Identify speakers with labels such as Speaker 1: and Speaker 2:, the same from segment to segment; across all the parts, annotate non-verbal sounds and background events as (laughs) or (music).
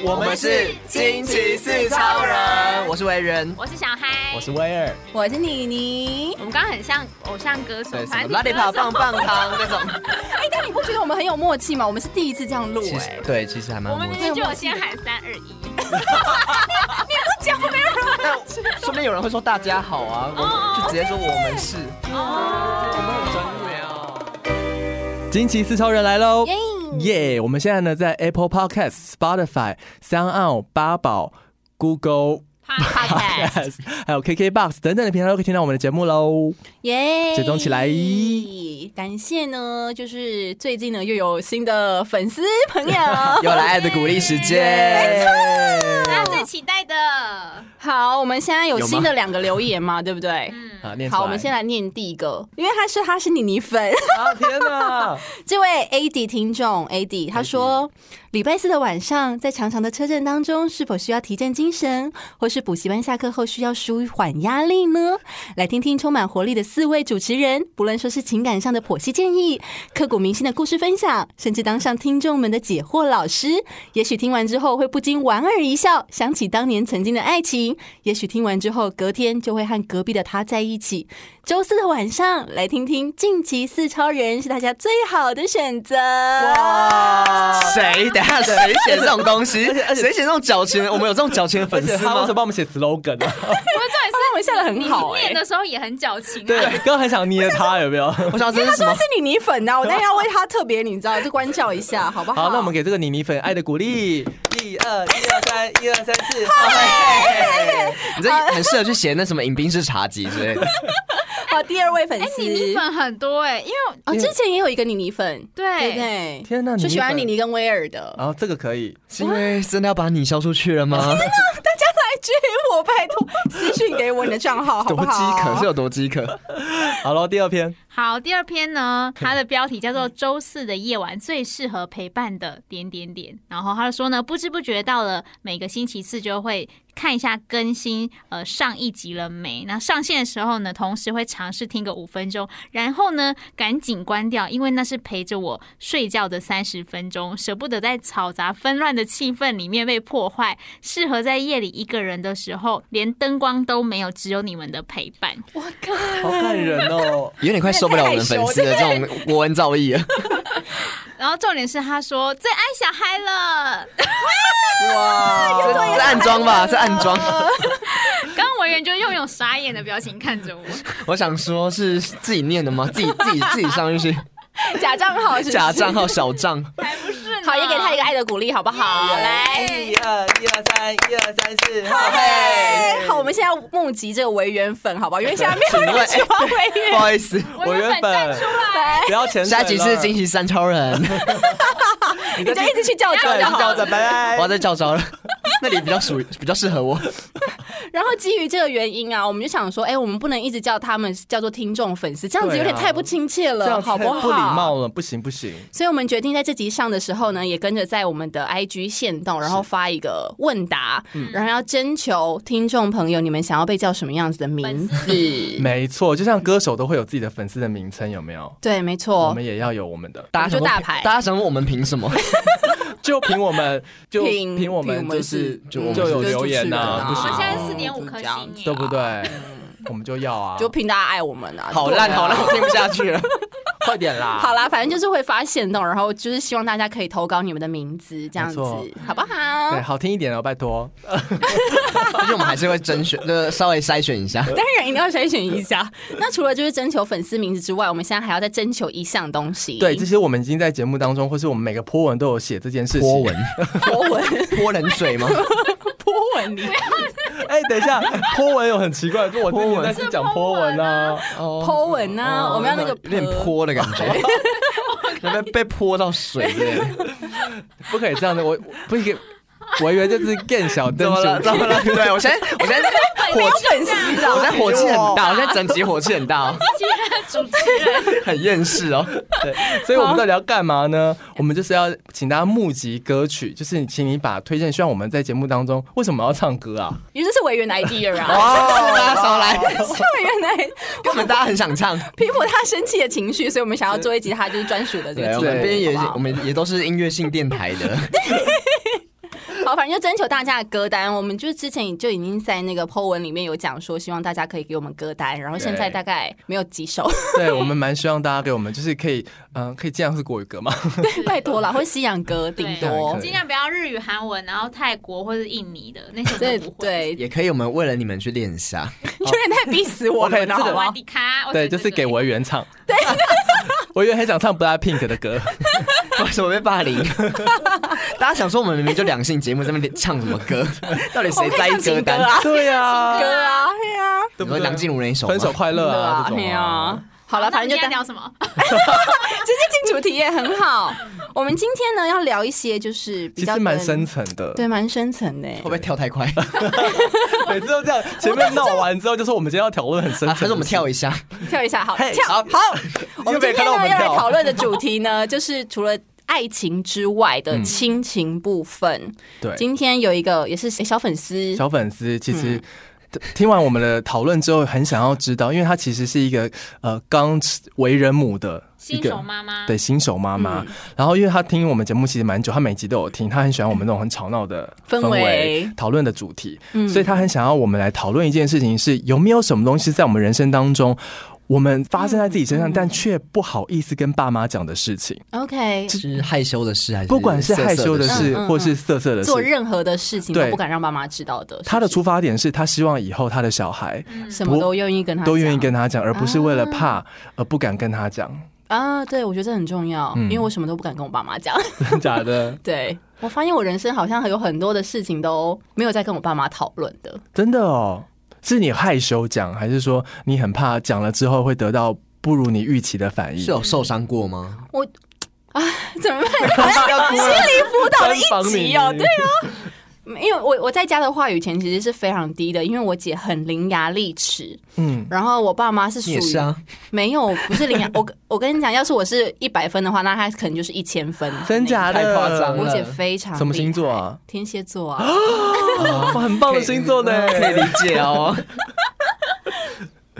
Speaker 1: 我
Speaker 2: 我们是惊奇四超人，我是维人，
Speaker 3: 我是小嗨，
Speaker 1: 我是威尔，
Speaker 4: 我是妮妮
Speaker 3: 我。们刚刚很像偶像歌手
Speaker 2: 对，，什
Speaker 3: 反
Speaker 2: 么
Speaker 3: 正
Speaker 2: 拉力跑棒棒糖那种，
Speaker 4: 哎、但你不觉得我们很有默契吗？我们是第一次这样录、
Speaker 2: 其
Speaker 4: 哎
Speaker 2: 实，对，其实还蛮
Speaker 3: 我们
Speaker 2: 默
Speaker 3: 明
Speaker 2: 契。
Speaker 3: 明就有先喊三二一，
Speaker 2: 但说不定有人会说大家好啊，
Speaker 3: 哦
Speaker 2: 我就直接说我们是，
Speaker 3: 哦，
Speaker 2: 我们很专业哦。
Speaker 1: 惊奇四超人来喽！
Speaker 4: 哎耶、
Speaker 1: 耶！我们现在呢在 Apple Podcast、Spotify、Sound On、八宝、Google
Speaker 3: 怕
Speaker 1: (laughs)
Speaker 3: 怕
Speaker 1: Podcast，还有 KKBox 等等的平台都可以听到我们的节目喽。
Speaker 4: 耶
Speaker 1: 追踪起来！
Speaker 4: 感谢呢，就是最近呢又有新的粉丝朋友，
Speaker 2: 又来爱的鼓励时间，
Speaker 1: 啊
Speaker 3: 大家最期待的，
Speaker 4: 好，我们现在有
Speaker 1: 有吗
Speaker 4: 新的两个留言嘛，对不对？
Speaker 3: 嗯，
Speaker 1: 啊，念出来。
Speaker 4: 好，我们先来念第一个，因为他是他是妮妮粉，
Speaker 1: 啊，天 (laughs) 哪！
Speaker 4: 这位 AD 听众 AD 他说，礼拜四的晚上在长长的车阵当中，是否需要提振精神，或是补习班下课后需要舒缓压力呢？来听听充满活力的四位主持人，不论说是情感上的剖析建议、刻骨铭心的故事分享，甚至当上听众们的解惑老师，也许听完之后会不禁莞尔一笑，想起当年曾经的爱情；也许听完之后，隔天就会和隔壁的他在一起。周四的晚上来听听《晋级四超人》是大家最好的选择。
Speaker 1: 哇！
Speaker 2: (laughs) 谁？等一下谁写这种东 (laughs) 西？谁写这种矫情的？我们有这种矫情的
Speaker 1: 而
Speaker 2: 粉
Speaker 1: 且
Speaker 2: 丝
Speaker 1: 他为
Speaker 2: 吗
Speaker 1: 什么？帮我们写 slogan 啊？
Speaker 4: 他帮我们下的很好哎、
Speaker 3: 念的时候也很矫
Speaker 1: (laughs)
Speaker 3: 情
Speaker 1: 对
Speaker 3: 啊，，
Speaker 1: 刚刚很想捏他，有没 (laughs) 有？
Speaker 2: 我想这是什
Speaker 4: 他
Speaker 2: 么
Speaker 4: 是？你泥粉呐、我当然要为他特别，你知道，就关照一下，好不好？
Speaker 1: 好，那我们给这个妮妮粉爱的鼓励，一二一二三一二三四，
Speaker 2: 你这很适合去写那什么饮冰式茶几之类的。
Speaker 4: 好第二位粉
Speaker 3: 哎，
Speaker 4: 丝，
Speaker 3: 你米粉很多哎，因为我
Speaker 4: 哦，之前也有一个你泥粉，对
Speaker 3: 对，
Speaker 4: 不对？
Speaker 1: 天哪！
Speaker 4: 就喜欢
Speaker 1: 粉
Speaker 4: 你妮跟威尔的， (laughs)
Speaker 1: 然后这个可以，
Speaker 2: (laughs) 是因为真的要把你消出去了吗？
Speaker 4: 大家来追我，拜托私讯给我你的
Speaker 1: (laughs)
Speaker 4: 账号，好
Speaker 2: 多
Speaker 4: 不好？
Speaker 2: 饥渴是有多饥渴？
Speaker 1: 好了，第二篇，
Speaker 3: 好，第二篇呢，它的标题叫做《嗯周四的夜晚最适合陪伴的点点点》。然后他就说呢，不知不觉到了每个星期四就会看一下更新，呃，上一集了没？那上线的时候呢，同时会尝试听个五分钟，然后呢，赶紧关掉，因为那是陪着我睡觉的三十分钟，舍不得在嘈杂纷乱的气氛里面被破坏。适合在夜里一个人的时候，连灯光都没有，只有你们的陪伴。
Speaker 4: 我靠，
Speaker 1: 好感人哦。
Speaker 2: 有点快受不了我们粉丝的这种国文造诣了。啊
Speaker 3: 然后重点是他说最爱小孩了，
Speaker 1: (laughs) 哇，
Speaker 2: 这这暗装吧，这暗装。
Speaker 3: 刚刚文员就用有傻眼的表情看着我，
Speaker 2: 我想说，是自己念的吗？自己自己自己上去
Speaker 4: (laughs) 假账号是不是
Speaker 2: (laughs) 假账，号小 (laughs) 账，
Speaker 3: 还不是呢
Speaker 4: 好，也给他一个爱的鼓励，好不好？来。
Speaker 1: 一二一二三一二三四，好
Speaker 4: 哎，好，我们现在募集这个维园粉，好不好？因为现在没有人喜欢维园
Speaker 2: 不好意思。
Speaker 1: 我原本
Speaker 4: 粉，
Speaker 1: 不要潜水
Speaker 2: 下
Speaker 1: 了，
Speaker 2: 一集是惊喜三超人，
Speaker 1: 你
Speaker 4: 你
Speaker 1: 在
Speaker 4: 就一直去叫
Speaker 1: 对，
Speaker 4: 转
Speaker 1: 你
Speaker 4: 就
Speaker 1: 就
Speaker 4: 好
Speaker 1: 叫着，
Speaker 4: 了。
Speaker 1: 拜拜。
Speaker 2: 我要再叫招了。那里比较属于比较适合我，
Speaker 4: 然后基于这个原因啊，我们就想说，哎，我们不能一直叫他们叫做听众粉丝，这样子有点太不亲切
Speaker 1: 啊这
Speaker 4: 了，
Speaker 1: 样子
Speaker 4: 好不好？
Speaker 1: 不礼貌。了，不行不行。
Speaker 4: 所以我们决定在这集上的时候呢，也跟着在我们的 IG 线动，然后发一个问答，
Speaker 1: 嗯
Speaker 4: 然后要征求听众朋友你们想要被叫什么样子的名字。
Speaker 1: 没错，就像歌手都会有自己的粉丝的名称，有没有？
Speaker 4: 对，没
Speaker 1: 我
Speaker 4: 错
Speaker 1: 们，也要有我们的，
Speaker 2: 大家想
Speaker 4: 就
Speaker 2: 说
Speaker 4: 大牌
Speaker 2: 大家想问我们凭 (laughs) 什么？
Speaker 1: 就凭我
Speaker 4: (laughs)
Speaker 1: 们，就
Speaker 4: 凭
Speaker 1: 凭我
Speaker 4: 凭
Speaker 1: 们，
Speaker 4: 我们
Speaker 1: 就是是
Speaker 2: 就我们
Speaker 1: 就是有留言呐，
Speaker 4: 啊
Speaker 1: 不
Speaker 3: 我们现
Speaker 1: 行
Speaker 3: 在4.5颗星耶
Speaker 1: 对哦不对？我们就要啊，
Speaker 4: 嗯就凭大家爱我们啊，
Speaker 2: 好
Speaker 4: 对
Speaker 2: 烂
Speaker 4: 啊
Speaker 2: 好烂，我听不下去了。 (laughs)
Speaker 1: 快点啦！
Speaker 4: 好啦，反正就是会发现动，然后就是希望大家可以投稿你们的名字，这样子
Speaker 1: 没错
Speaker 4: 好不
Speaker 1: 对，
Speaker 4: 好？
Speaker 1: 好听一点哦，拜托。
Speaker 2: 毕竟我们还是会甄选，呃，稍微筛选一下。
Speaker 4: 当然一定要筛选一下。 (laughs) 那除了就是征求粉丝名字之外，我们现在还要再征求一项东西。
Speaker 1: 对，这些我们已经在节目当中，或是我们每个波文都有写这件事情。
Speaker 2: 波纹，
Speaker 4: (laughs) 波纹，
Speaker 2: 泼冷水 (laughs) 吗？
Speaker 4: 波纹里
Speaker 1: (laughs) 哎，等一下，波文有很奇怪，就我之前
Speaker 4: (laughs)
Speaker 1: 在讲波文啊，
Speaker 2: 哦
Speaker 4: 波纹呢？我们要那个
Speaker 2: 有点泼的感
Speaker 4: (laughs)
Speaker 2: (laughs) 觉，有被被泼到水之类的。
Speaker 1: 不可以这样的，我不可以。我以为就是更小灯
Speaker 2: (laughs)
Speaker 4: (laughs)
Speaker 2: 怎么了？对我现在我现在火
Speaker 4: 粉丝啊
Speaker 2: 我现在火气很大，我现在整集火气很大， (laughs) 哦，
Speaker 3: 其实他主持人
Speaker 2: 很厌世哦。
Speaker 1: 对，所以我们到底要干嘛呢？我们就是要请大家募集歌曲，就是请你把推荐，希望我们在节目当中为什么要唱歌啊？
Speaker 4: 于是是委员的 idea 啊，
Speaker 2: 哦， (laughs) 大家少来，
Speaker 4: 是委员来
Speaker 2: 根本大家很想唱。
Speaker 4: 平复他生气的情绪，所以我们想要做一集他就是专属的这
Speaker 2: 对，
Speaker 4: 个
Speaker 2: 我
Speaker 4: 节
Speaker 2: 们
Speaker 4: 目
Speaker 2: 毕竟也
Speaker 4: 好不好
Speaker 2: 我们也都是音乐性电台的，
Speaker 4: 好，反正就征求大家的歌单。我们就之前就已经在那个 Po 文里面有讲说，希望大家可以给我们歌单，然后现在
Speaker 2: 对
Speaker 4: 大概没有几首，
Speaker 1: (laughs) 对我们蛮希望大家给我们，就是可以，嗯、可以尽量是国语歌嘛，
Speaker 4: 拜托啦，或西洋歌顶
Speaker 3: 对
Speaker 4: 多
Speaker 1: 对。
Speaker 3: 尽量不要日语、韩文，然后泰国或者印尼的那些
Speaker 4: 对
Speaker 3: 都不会。，
Speaker 4: 对，
Speaker 2: 也可以，我们为了你们去练一下。
Speaker 4: 有点太逼死我了，
Speaker 1: OK，
Speaker 4: 你知道
Speaker 1: 这个
Speaker 4: 吗
Speaker 3: 瓦？迪卡，
Speaker 1: 对，就是给维园唱。 (laughs) 对，维园很想唱 BLACKPINK 的歌，
Speaker 2: (laughs) 为什么被
Speaker 4: (laughs)
Speaker 2: 霸凌？大家想说我们明明就两性节目，在那边唱什么
Speaker 4: (laughs)
Speaker 2: 歌？到底谁在意
Speaker 4: 情
Speaker 2: 歌
Speaker 4: 歌
Speaker 2: 单？
Speaker 4: 啊，
Speaker 1: 对呀、
Speaker 4: 歌啊，对啊，
Speaker 1: 对
Speaker 2: 你
Speaker 1: 不
Speaker 2: 说
Speaker 1: 对？
Speaker 2: 梁静茹那一首吗
Speaker 1: 分手快乐啊，这
Speaker 4: 对
Speaker 1: 种
Speaker 4: 啊
Speaker 1: 啊。。
Speaker 4: 好了，
Speaker 3: 那我
Speaker 4: 反
Speaker 3: 们
Speaker 4: 正
Speaker 3: 今
Speaker 4: 就
Speaker 3: 天
Speaker 4: 大
Speaker 3: 聊什么？
Speaker 4: 直接进主题也很好。我们今天呢要聊一些就是比
Speaker 1: 其
Speaker 4: 较
Speaker 1: 实蛮
Speaker 4: 跟
Speaker 1: 深，层的，
Speaker 4: 对，蛮深层 (laughs) 的。
Speaker 2: 会不会跳
Speaker 1: (laughs)
Speaker 2: 太快？
Speaker 1: 每次都这样。前面闹完之后，就说我们今天要讨论很深
Speaker 2: 啊
Speaker 1: 层，
Speaker 2: 还是我们跳一下？
Speaker 4: 跳一下，好，
Speaker 1: 嘿
Speaker 4: 跳
Speaker 1: 好
Speaker 4: 哎好。我
Speaker 1: 你有
Speaker 4: 们
Speaker 1: 没
Speaker 4: 哦
Speaker 1: 有看
Speaker 4: 今天
Speaker 1: 到我
Speaker 4: 呢
Speaker 1: 们
Speaker 4: 要来讨
Speaker 1: 跳？
Speaker 4: 论的主题
Speaker 1: (laughs)
Speaker 4: 呢，就是除了。爱情之外的亲情部分，
Speaker 1: 对，
Speaker 4: 今天有一个也是小粉丝，
Speaker 1: 小粉丝其实。听完我们的讨论之后，很想要知道，因为她其实是一个呃刚为人母的一
Speaker 3: 新
Speaker 1: 个
Speaker 3: 手妈妈，
Speaker 1: 对新手妈妈。然后，因为她听我们节目其实蛮久，她每集都有听，她很喜欢我们那种很吵闹的
Speaker 4: 氛围
Speaker 1: 围、讨论的主题，所以她很想要我们来讨论一件事情是：有没有什么东西在我们人生当中，我们发生在自己身上，但却不好意思跟爸妈讲的事情？
Speaker 4: 嗯，OK，
Speaker 2: 是害羞的事还是
Speaker 1: 不管是害羞的
Speaker 2: 色色
Speaker 1: 事
Speaker 4: 嗯嗯，嗯
Speaker 1: 或是色色的事
Speaker 4: 做，任何的事情都
Speaker 1: 对
Speaker 4: 不敢让爸妈知道的，
Speaker 1: 她的
Speaker 4: 是不
Speaker 1: 出发点是她希望以后她的小孩
Speaker 3: 嗯
Speaker 4: 是什么
Speaker 1: 不
Speaker 4: 都愿意跟他，
Speaker 1: 都愿意跟她讲，而不是为了怕而不敢跟她讲，
Speaker 4: 啊，对我觉得这很重要，
Speaker 1: 嗯
Speaker 4: 因为我什么都不敢跟我爸妈讲。 (laughs)
Speaker 1: 真的假的？
Speaker 4: 对我发现我人生好像有很多的事情都没有在跟我爸妈讨论的， (laughs)
Speaker 1: 真的哦，是你害羞讲，还是说你很怕讲了之后会得到不如你预期的反应？
Speaker 2: 是哦有受伤过吗？
Speaker 4: 怎么办？
Speaker 2: (laughs)
Speaker 1: 要哭了，
Speaker 2: 啊
Speaker 4: 辅导的一
Speaker 1: 专访
Speaker 4: 集
Speaker 1: 你
Speaker 4: 哦对因为我我在家的话语权其实是非常低的，因为我姐很伶牙俐齿，
Speaker 1: 嗯，
Speaker 4: 然后我爸妈是属
Speaker 2: 你也
Speaker 4: 于、
Speaker 2: 是啊，
Speaker 4: 没有不是
Speaker 1: (laughs)
Speaker 4: 伶牙，我我跟你讲，要是我是一百分的话，那他可能就是一千分，
Speaker 1: 真假的，
Speaker 2: 太夸张
Speaker 4: 我
Speaker 2: 了
Speaker 4: 姐非常
Speaker 1: 什么
Speaker 4: 厉害
Speaker 1: 星座啊？
Speaker 4: 天蝎座啊，
Speaker 1: 哇，很棒的星
Speaker 4: (laughs)
Speaker 1: 座嗯呢，
Speaker 2: 可以理解哦。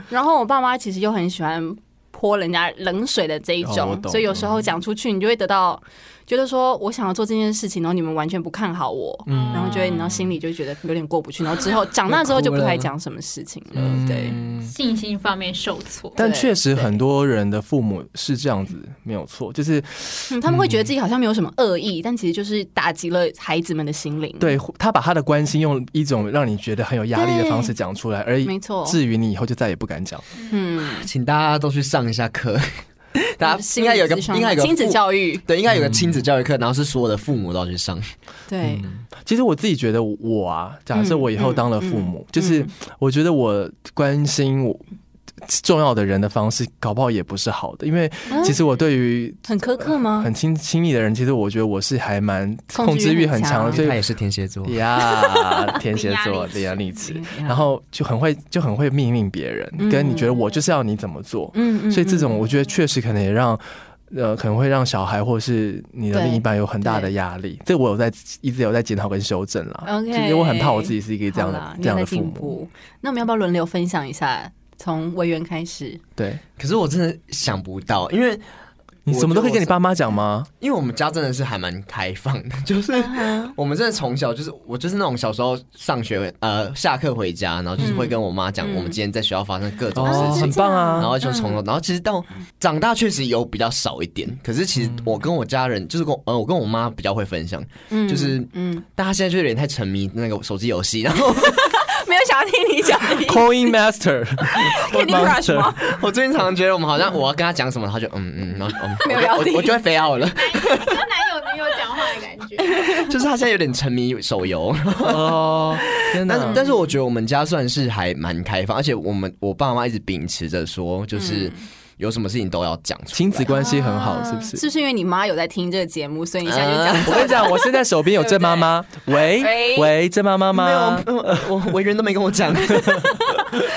Speaker 4: 然后我爸妈其实又很喜欢泼人家冷水的这一
Speaker 1: 哦我
Speaker 4: 种，
Speaker 1: 懂
Speaker 4: 所以有时候讲出去，你就会得到觉得说我想要做这件事情，然后你们完全不看好我，
Speaker 1: 嗯
Speaker 4: 然后就会然后心里就觉得有点过不去，然后之后长大之后就不太讲什么事情了，对。
Speaker 1: 嗯
Speaker 3: 信心方面受挫。
Speaker 1: 但确实很多人的父母是这样子，没有错，就是
Speaker 4: 嗯他们会觉得自己好像没有什么恶意，但其实就是打击了孩子们的心灵。
Speaker 1: 对他把他的关心用一种让你觉得很有压力的方式讲出来，而已。
Speaker 4: 没错
Speaker 1: 至于你以后就再也不敢讲， (laughs)
Speaker 4: 嗯，
Speaker 2: 请大家都去上一
Speaker 4: (laughs)
Speaker 2: 下课，大家应该有一个
Speaker 4: 心理啊
Speaker 2: 应该有一个
Speaker 4: 亲子
Speaker 2: 父
Speaker 4: 教
Speaker 1: 嗯
Speaker 4: 育，
Speaker 2: 对，应该有个亲子教育课，然后是所有的父母都要去上。
Speaker 4: 对，
Speaker 1: 嗯其实我自己觉得，我啊，假设我以后当了父母，
Speaker 4: 嗯
Speaker 1: 就是我觉得我关心我重要的人的方式，搞不好也不是好的，因为
Speaker 4: 嗯
Speaker 1: 其实我对于
Speaker 4: 很苛刻吗？
Speaker 1: 很亲亲密的人，其实我觉得我是还蛮
Speaker 4: 控制
Speaker 1: 控制
Speaker 4: 欲
Speaker 1: 欲
Speaker 4: 很
Speaker 1: 很
Speaker 4: 强
Speaker 1: 强的，所
Speaker 2: 他
Speaker 1: 以
Speaker 2: 也是天蝎座，
Speaker 1: 呀，天蝎座，伶
Speaker 3: 伶
Speaker 1: 牙
Speaker 3: 牙
Speaker 1: 俐齿，
Speaker 4: 牙
Speaker 1: 然后就很会就很会命令别
Speaker 4: 嗯
Speaker 1: 人，跟你觉得我就是要你怎么做，
Speaker 4: 嗯嗯，
Speaker 1: 所以这种
Speaker 4: 嗯
Speaker 1: 我觉得确实可能也让。呃，可能会让小孩或是你的
Speaker 4: 对
Speaker 1: 另一半有很大的
Speaker 4: 对
Speaker 1: 压力，这我有在一直有在检讨跟修正啦。
Speaker 4: OK
Speaker 1: 就是我很怕我自己是一个这样
Speaker 4: 好啦
Speaker 1: 的
Speaker 4: 你
Speaker 1: 这
Speaker 4: 有
Speaker 1: 样的
Speaker 4: 在
Speaker 1: 父
Speaker 4: 进
Speaker 1: 母。
Speaker 4: 步。那我们要不要轮流分享一下？从委员开始，
Speaker 1: 对
Speaker 2: 可是我真的想不到，因为
Speaker 1: 你
Speaker 2: 我
Speaker 1: 什么都
Speaker 2: 就
Speaker 1: 可以跟
Speaker 2: 我
Speaker 1: 你
Speaker 2: 是
Speaker 1: 爸妈讲吗？
Speaker 2: 因为我们家真的是还蛮开放的， (laughs) 就是
Speaker 4: 嗯
Speaker 2: 我们真的从小就是我就是那种小时候上学呃下课回家，然后就是会跟我妈讲
Speaker 4: 嗯
Speaker 2: 我们今天在学校发生各种
Speaker 1: 哦，
Speaker 2: 事
Speaker 1: 很
Speaker 2: 情，
Speaker 1: 棒啊！
Speaker 2: 然后就从头，然后其实到长大确实有比较少一点，可是其实我跟我家人就是跟我呃我跟我妈比较会分享，
Speaker 4: 嗯
Speaker 2: 就是
Speaker 4: 嗯，
Speaker 2: 但她现在就有点太沉迷那个手机游戏，然后
Speaker 4: 没有想要听你讲的
Speaker 1: (laughs)
Speaker 4: 意思
Speaker 1: Coin Master，
Speaker 4: ，Candy Crush 啊吗？
Speaker 2: 我最近常常觉得我们好像我要跟她讲什么，她就嗯嗯，然后嗯
Speaker 4: (laughs) 没有要
Speaker 2: 我就
Speaker 4: 听
Speaker 2: 我我就会飞傲了， (laughs)
Speaker 3: 跟男友女友讲话的感
Speaker 1: (laughs)
Speaker 3: 觉，
Speaker 2: 就是她现在有点沉迷手游。
Speaker 1: 哦，天
Speaker 2: 但是
Speaker 1: 哪！
Speaker 2: 但是我觉得我们家算是还蛮开放，而且我们我爸妈一直秉持着说，就是有什么事情都要讲出来。
Speaker 1: 亲子关系很好，是不
Speaker 4: 嗯是
Speaker 1: 是？
Speaker 4: 不是因为你妈有在听这个节目，所以你现在就
Speaker 2: 啊
Speaker 4: 讲？
Speaker 1: 我跟你讲，我现在手边有郑妈妈，喂
Speaker 4: 喂
Speaker 1: 喂，郑妈妈
Speaker 2: 没有
Speaker 1: 吗？，
Speaker 2: 我我维园都没跟我
Speaker 4: (laughs)
Speaker 2: 讲。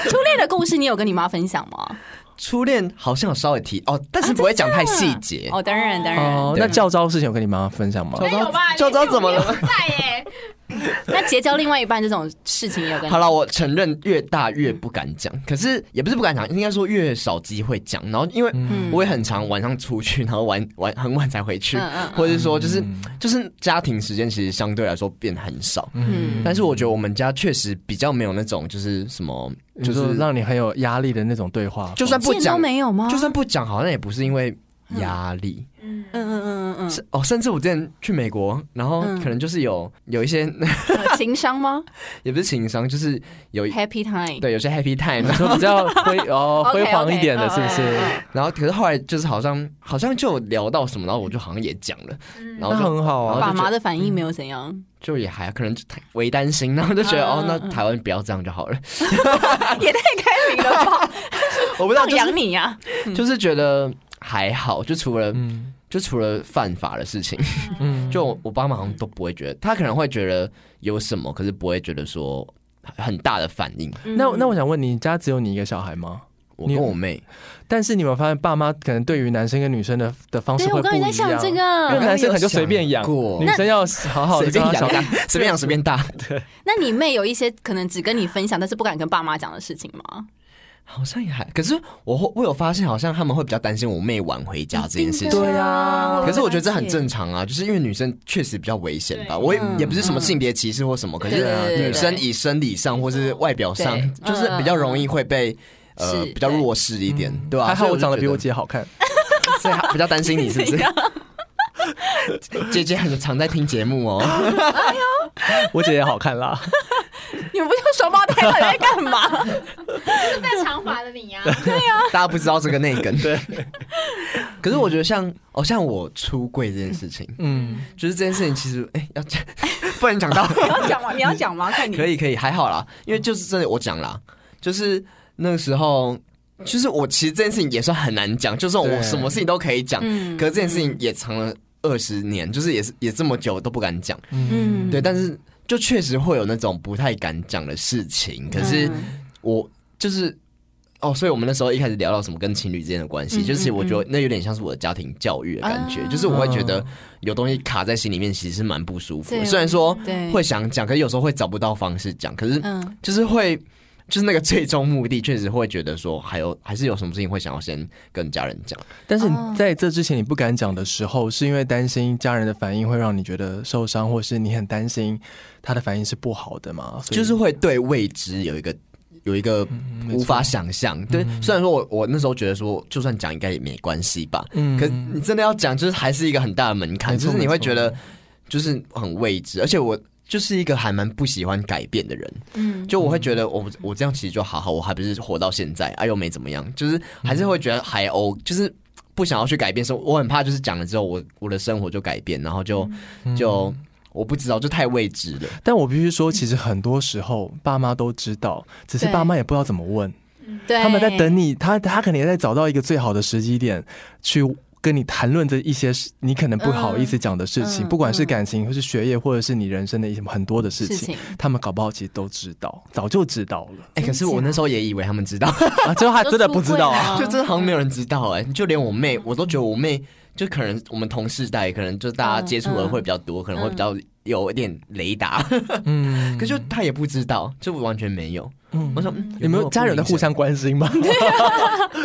Speaker 4: 初恋的故事，你有跟你妈分享吗？
Speaker 2: 初恋好像有稍微提哦，但是不会讲太细节。
Speaker 4: 哦，当然当然，
Speaker 1: 哦，那教招事情有跟你妈妈分享吗？
Speaker 2: 教
Speaker 3: 没有吧？
Speaker 2: 教招怎么了
Speaker 3: 你不在耶，
Speaker 4: 那结交另外一半这种事情也有跟
Speaker 2: 好了，我承认越大越不敢讲，可是也不是不敢讲，应该说越少机会讲。然后因为我也很常晚上出去，然后晚晚很晚才回去，
Speaker 4: 嗯嗯嗯
Speaker 2: 或者是说就是
Speaker 1: 嗯
Speaker 2: 就是家庭时间其实相对来说变很少。
Speaker 4: 嗯
Speaker 2: 但是我觉得我们家确实比较没有那种就是什么，
Speaker 1: 就
Speaker 2: 就是是
Speaker 1: 让你很有压力的那种对话，
Speaker 2: 就算不
Speaker 4: 见都
Speaker 2: 讲，
Speaker 4: 没有吗？
Speaker 2: 就算不讲，好像也不是因为压力。
Speaker 3: 嗯
Speaker 4: 哦嗯嗯嗯嗯
Speaker 2: 是哦，甚至我之前去美国，然后
Speaker 4: 嗯
Speaker 2: 可能就是有有一些 (laughs)
Speaker 4: 嗯呃，情商吗
Speaker 2: 也不是情商，就是有
Speaker 4: ？Happy time，
Speaker 2: 对有些 happy time，啊
Speaker 1: 说比较辉哦
Speaker 4: (laughs) OK，OK，
Speaker 1: 辉煌一点的，
Speaker 4: 嗯
Speaker 1: 是不是？
Speaker 4: 嗯
Speaker 2: (laughs) 然后可是后来就是好像好像就有聊到什么，然后我就好像也讲了，
Speaker 3: 嗯
Speaker 2: 然后
Speaker 1: 那
Speaker 2: 就
Speaker 1: 很好啊
Speaker 2: 然后，
Speaker 4: 爸妈的反应没有怎样，
Speaker 2: 就也还可能就太为担心，然后就觉得哦
Speaker 4: 嗯嗯，
Speaker 2: 那
Speaker 4: 嗯
Speaker 2: 台湾不要这样就好了。
Speaker 4: (laughs)
Speaker 2: 嗯
Speaker 4: 也太开明了吧？
Speaker 2: 我不知道，
Speaker 4: 放
Speaker 2: 就
Speaker 4: 养
Speaker 2: 是
Speaker 4: 你
Speaker 2: (laughs)
Speaker 4: 呀！
Speaker 2: 就是觉得还好，就除了
Speaker 1: 嗯
Speaker 2: 就除了犯法
Speaker 4: (laughs)
Speaker 2: 的事情，
Speaker 1: 嗯，
Speaker 2: 就我爸妈好像都不会觉得，他可能会觉得有什么，可是不会觉得说很大的反应。
Speaker 1: 那那
Speaker 4: 嗯
Speaker 1: 我想问你，你家只有你一个小孩吗？
Speaker 2: 我
Speaker 1: 你
Speaker 2: 跟我妹，
Speaker 1: 但是你们发现爸妈可能对于男生跟女生的的方式
Speaker 4: 对
Speaker 1: 会
Speaker 4: 我
Speaker 1: 不
Speaker 4: 刚
Speaker 1: 一
Speaker 4: 才
Speaker 1: 样，
Speaker 4: 在想这
Speaker 1: 因为
Speaker 4: 个，
Speaker 1: 男生可能就随便养
Speaker 2: 我没有
Speaker 1: 女
Speaker 2: 想，过
Speaker 1: 生要好好的
Speaker 2: 随便
Speaker 1: 照顾小
Speaker 2: 养
Speaker 1: 孩，
Speaker 2: 随便养随
Speaker 1: (laughs)
Speaker 2: 便大，
Speaker 4: 那你妹有一些可能只跟你分享，但是不敢跟爸妈讲的事情吗？
Speaker 2: 好像也还。可是我会我有发现，好像他们会比较担心我妹晚回家这件事情。
Speaker 1: 对啊
Speaker 2: 可是我觉得这很正常啊，就是因为女生确实比较危险吧。
Speaker 3: 对
Speaker 2: 我也
Speaker 4: 嗯
Speaker 2: 也不是什么性别歧视或什么，可
Speaker 4: 对
Speaker 2: 是
Speaker 4: 对对对
Speaker 2: 女生以生理上或是外表上
Speaker 4: 对，嗯
Speaker 2: 就是比较容易会被
Speaker 4: 是
Speaker 2: 呃比较
Speaker 4: 对嗯
Speaker 2: 弱势一点，对吧？啊
Speaker 1: 还好我长得比我
Speaker 2: 姐，
Speaker 1: 姐好
Speaker 2: (laughs)
Speaker 1: 看，
Speaker 2: 所以她比较担心你是
Speaker 4: (laughs)
Speaker 2: 不
Speaker 4: 怎
Speaker 2: 是？
Speaker 4: 样
Speaker 2: (laughs) 姐姐很常在听节目哦，
Speaker 1: 我姐也好看啦。
Speaker 4: (laughs) 你们不就双胞胎到底在干 (laughs) 嘛？
Speaker 3: 戴长发的
Speaker 4: (laughs)
Speaker 3: 你啊，
Speaker 2: 大家不知道这个
Speaker 1: (laughs)
Speaker 2: 内梗。对。可是我觉得像哦，像我出柜这件事情，
Speaker 1: (laughs) 嗯，
Speaker 2: 就是这件事情其实哎要讲， (laughs) 不能讲
Speaker 4: (laughs)
Speaker 2: 到。
Speaker 4: 你要讲吗？你要讲吗？看你
Speaker 2: 可以可以，还好啦，因为就是真的我讲啦，就是那个时候，就是我其实这件事情也算很难讲，就是
Speaker 1: 对
Speaker 2: 我什么事情都可以讲，
Speaker 4: 嗯
Speaker 2: 可是这件事情也藏了二十年，就是也是也这么久都不敢讲，
Speaker 4: 嗯
Speaker 2: 对，但是就确实会有那种不太敢讲的事情，可
Speaker 4: 嗯
Speaker 2: 是我就是。哦，所以我们那时候一开始聊到什么跟情侣之间的关系，
Speaker 4: 嗯
Speaker 2: 就是我觉
Speaker 4: 嗯
Speaker 2: 得那有点像是我的家庭教育的感觉，
Speaker 4: 啊
Speaker 2: 就是我会觉得有东西卡在心里面，其实是蛮不舒服
Speaker 4: 对
Speaker 2: 的。虽然说
Speaker 4: 对
Speaker 2: 会想讲，可是有时候会找不到方式讲，可是
Speaker 4: 嗯
Speaker 2: 就是会，就是那个最终目的，确实会觉得说，还有还是有什么事情会想要先跟家人讲。
Speaker 1: 但是你
Speaker 4: 哦
Speaker 1: 在这之前你不敢讲的时候，是因为担心家人的反应会让你觉得受伤，或是你很担心他的反应是不好的嘛？所以
Speaker 2: 就是会对未知有一个有一个
Speaker 4: 嗯
Speaker 1: 没错
Speaker 2: 无法想象。对，虽然说我我那时候觉得说，就算讲应该也没关系吧，
Speaker 1: 嗯
Speaker 2: 可你真的要讲，就是还是一个很大的门槛，
Speaker 1: 没错
Speaker 2: 就是你会觉
Speaker 1: 没
Speaker 2: 得就是很未知，而且我。就是一个还蛮不喜欢改变的人，
Speaker 4: 嗯，
Speaker 2: 就我会觉得我我这样其实就好好，我还不是活到现在，哎、又没怎么样，就是还是会觉得还 O，就是不想要去改变生活，我很怕就是讲了之后，我我的生活就改变，然后
Speaker 4: 哦
Speaker 2: 就就我不知道，就太未知了。
Speaker 1: 嗯但我必须说，其实很多时候爸妈都知道，只是
Speaker 4: 对
Speaker 1: 爸妈也不知道怎么问，
Speaker 4: 对
Speaker 1: 他们在等你，他他可能也在找到一个最好的时机点去。跟你谈论这一些事你可能不好意思讲的事情，
Speaker 4: 嗯嗯
Speaker 1: 不管是感情，或是学业，或者是你人生的一些很多的事情，
Speaker 4: 事情
Speaker 1: 他们搞不好其实都知道，早就知道
Speaker 4: (laughs)
Speaker 1: 了
Speaker 2: 哎、可是我那时候也以为他们知道，
Speaker 1: 啊，最后还真的不知道啊。
Speaker 4: 都出柜
Speaker 2: (laughs) 就
Speaker 4: 了
Speaker 2: 真的好像没有人知道哎、就连我妹，我都觉得我妹就可能我们同世代，可能就大家接触的会比较多，可能
Speaker 4: 嗯
Speaker 2: 会比较有一点雷达，
Speaker 1: 嗯，
Speaker 2: 可就她也不知道，就完全没有。
Speaker 1: 嗯
Speaker 2: 我想
Speaker 1: 有没有家人在互相关心吗？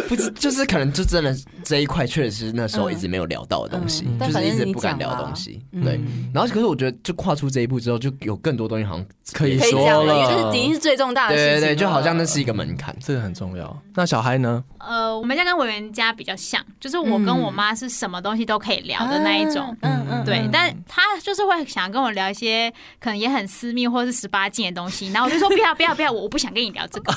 Speaker 2: 不知，就是可能就真的这一块确实是那时候一直没有聊到的东西，
Speaker 4: 嗯嗯但
Speaker 2: 就是
Speaker 4: 反
Speaker 2: 一
Speaker 4: 正
Speaker 2: 直
Speaker 4: 你
Speaker 2: 不
Speaker 4: 讲
Speaker 2: 敢聊的
Speaker 4: 啦
Speaker 2: 东西。对
Speaker 1: (laughs) 嗯，
Speaker 2: 然后可是我觉得就跨出这一步之后，就有更多东西好像
Speaker 1: 可以
Speaker 4: 可以
Speaker 1: 说
Speaker 4: 讲
Speaker 1: 了
Speaker 4: 了，就是已经是最重大的
Speaker 2: 对
Speaker 4: 事情
Speaker 2: 对
Speaker 4: 了，
Speaker 2: 对，就好像那是一个门槛。
Speaker 1: 这个很重要。那小孩呢？
Speaker 3: 呃，我们家跟委员家比较像，就是我跟我妈是什么东西都可以聊的那一种。
Speaker 4: 啊嗯嗯，
Speaker 3: 对
Speaker 1: 嗯，
Speaker 3: 但她就是会想跟我聊一些可能也很私密或是十八禁的东西，然后我就说不要不要不要，我我不想跟你聊 (laughs) 这个。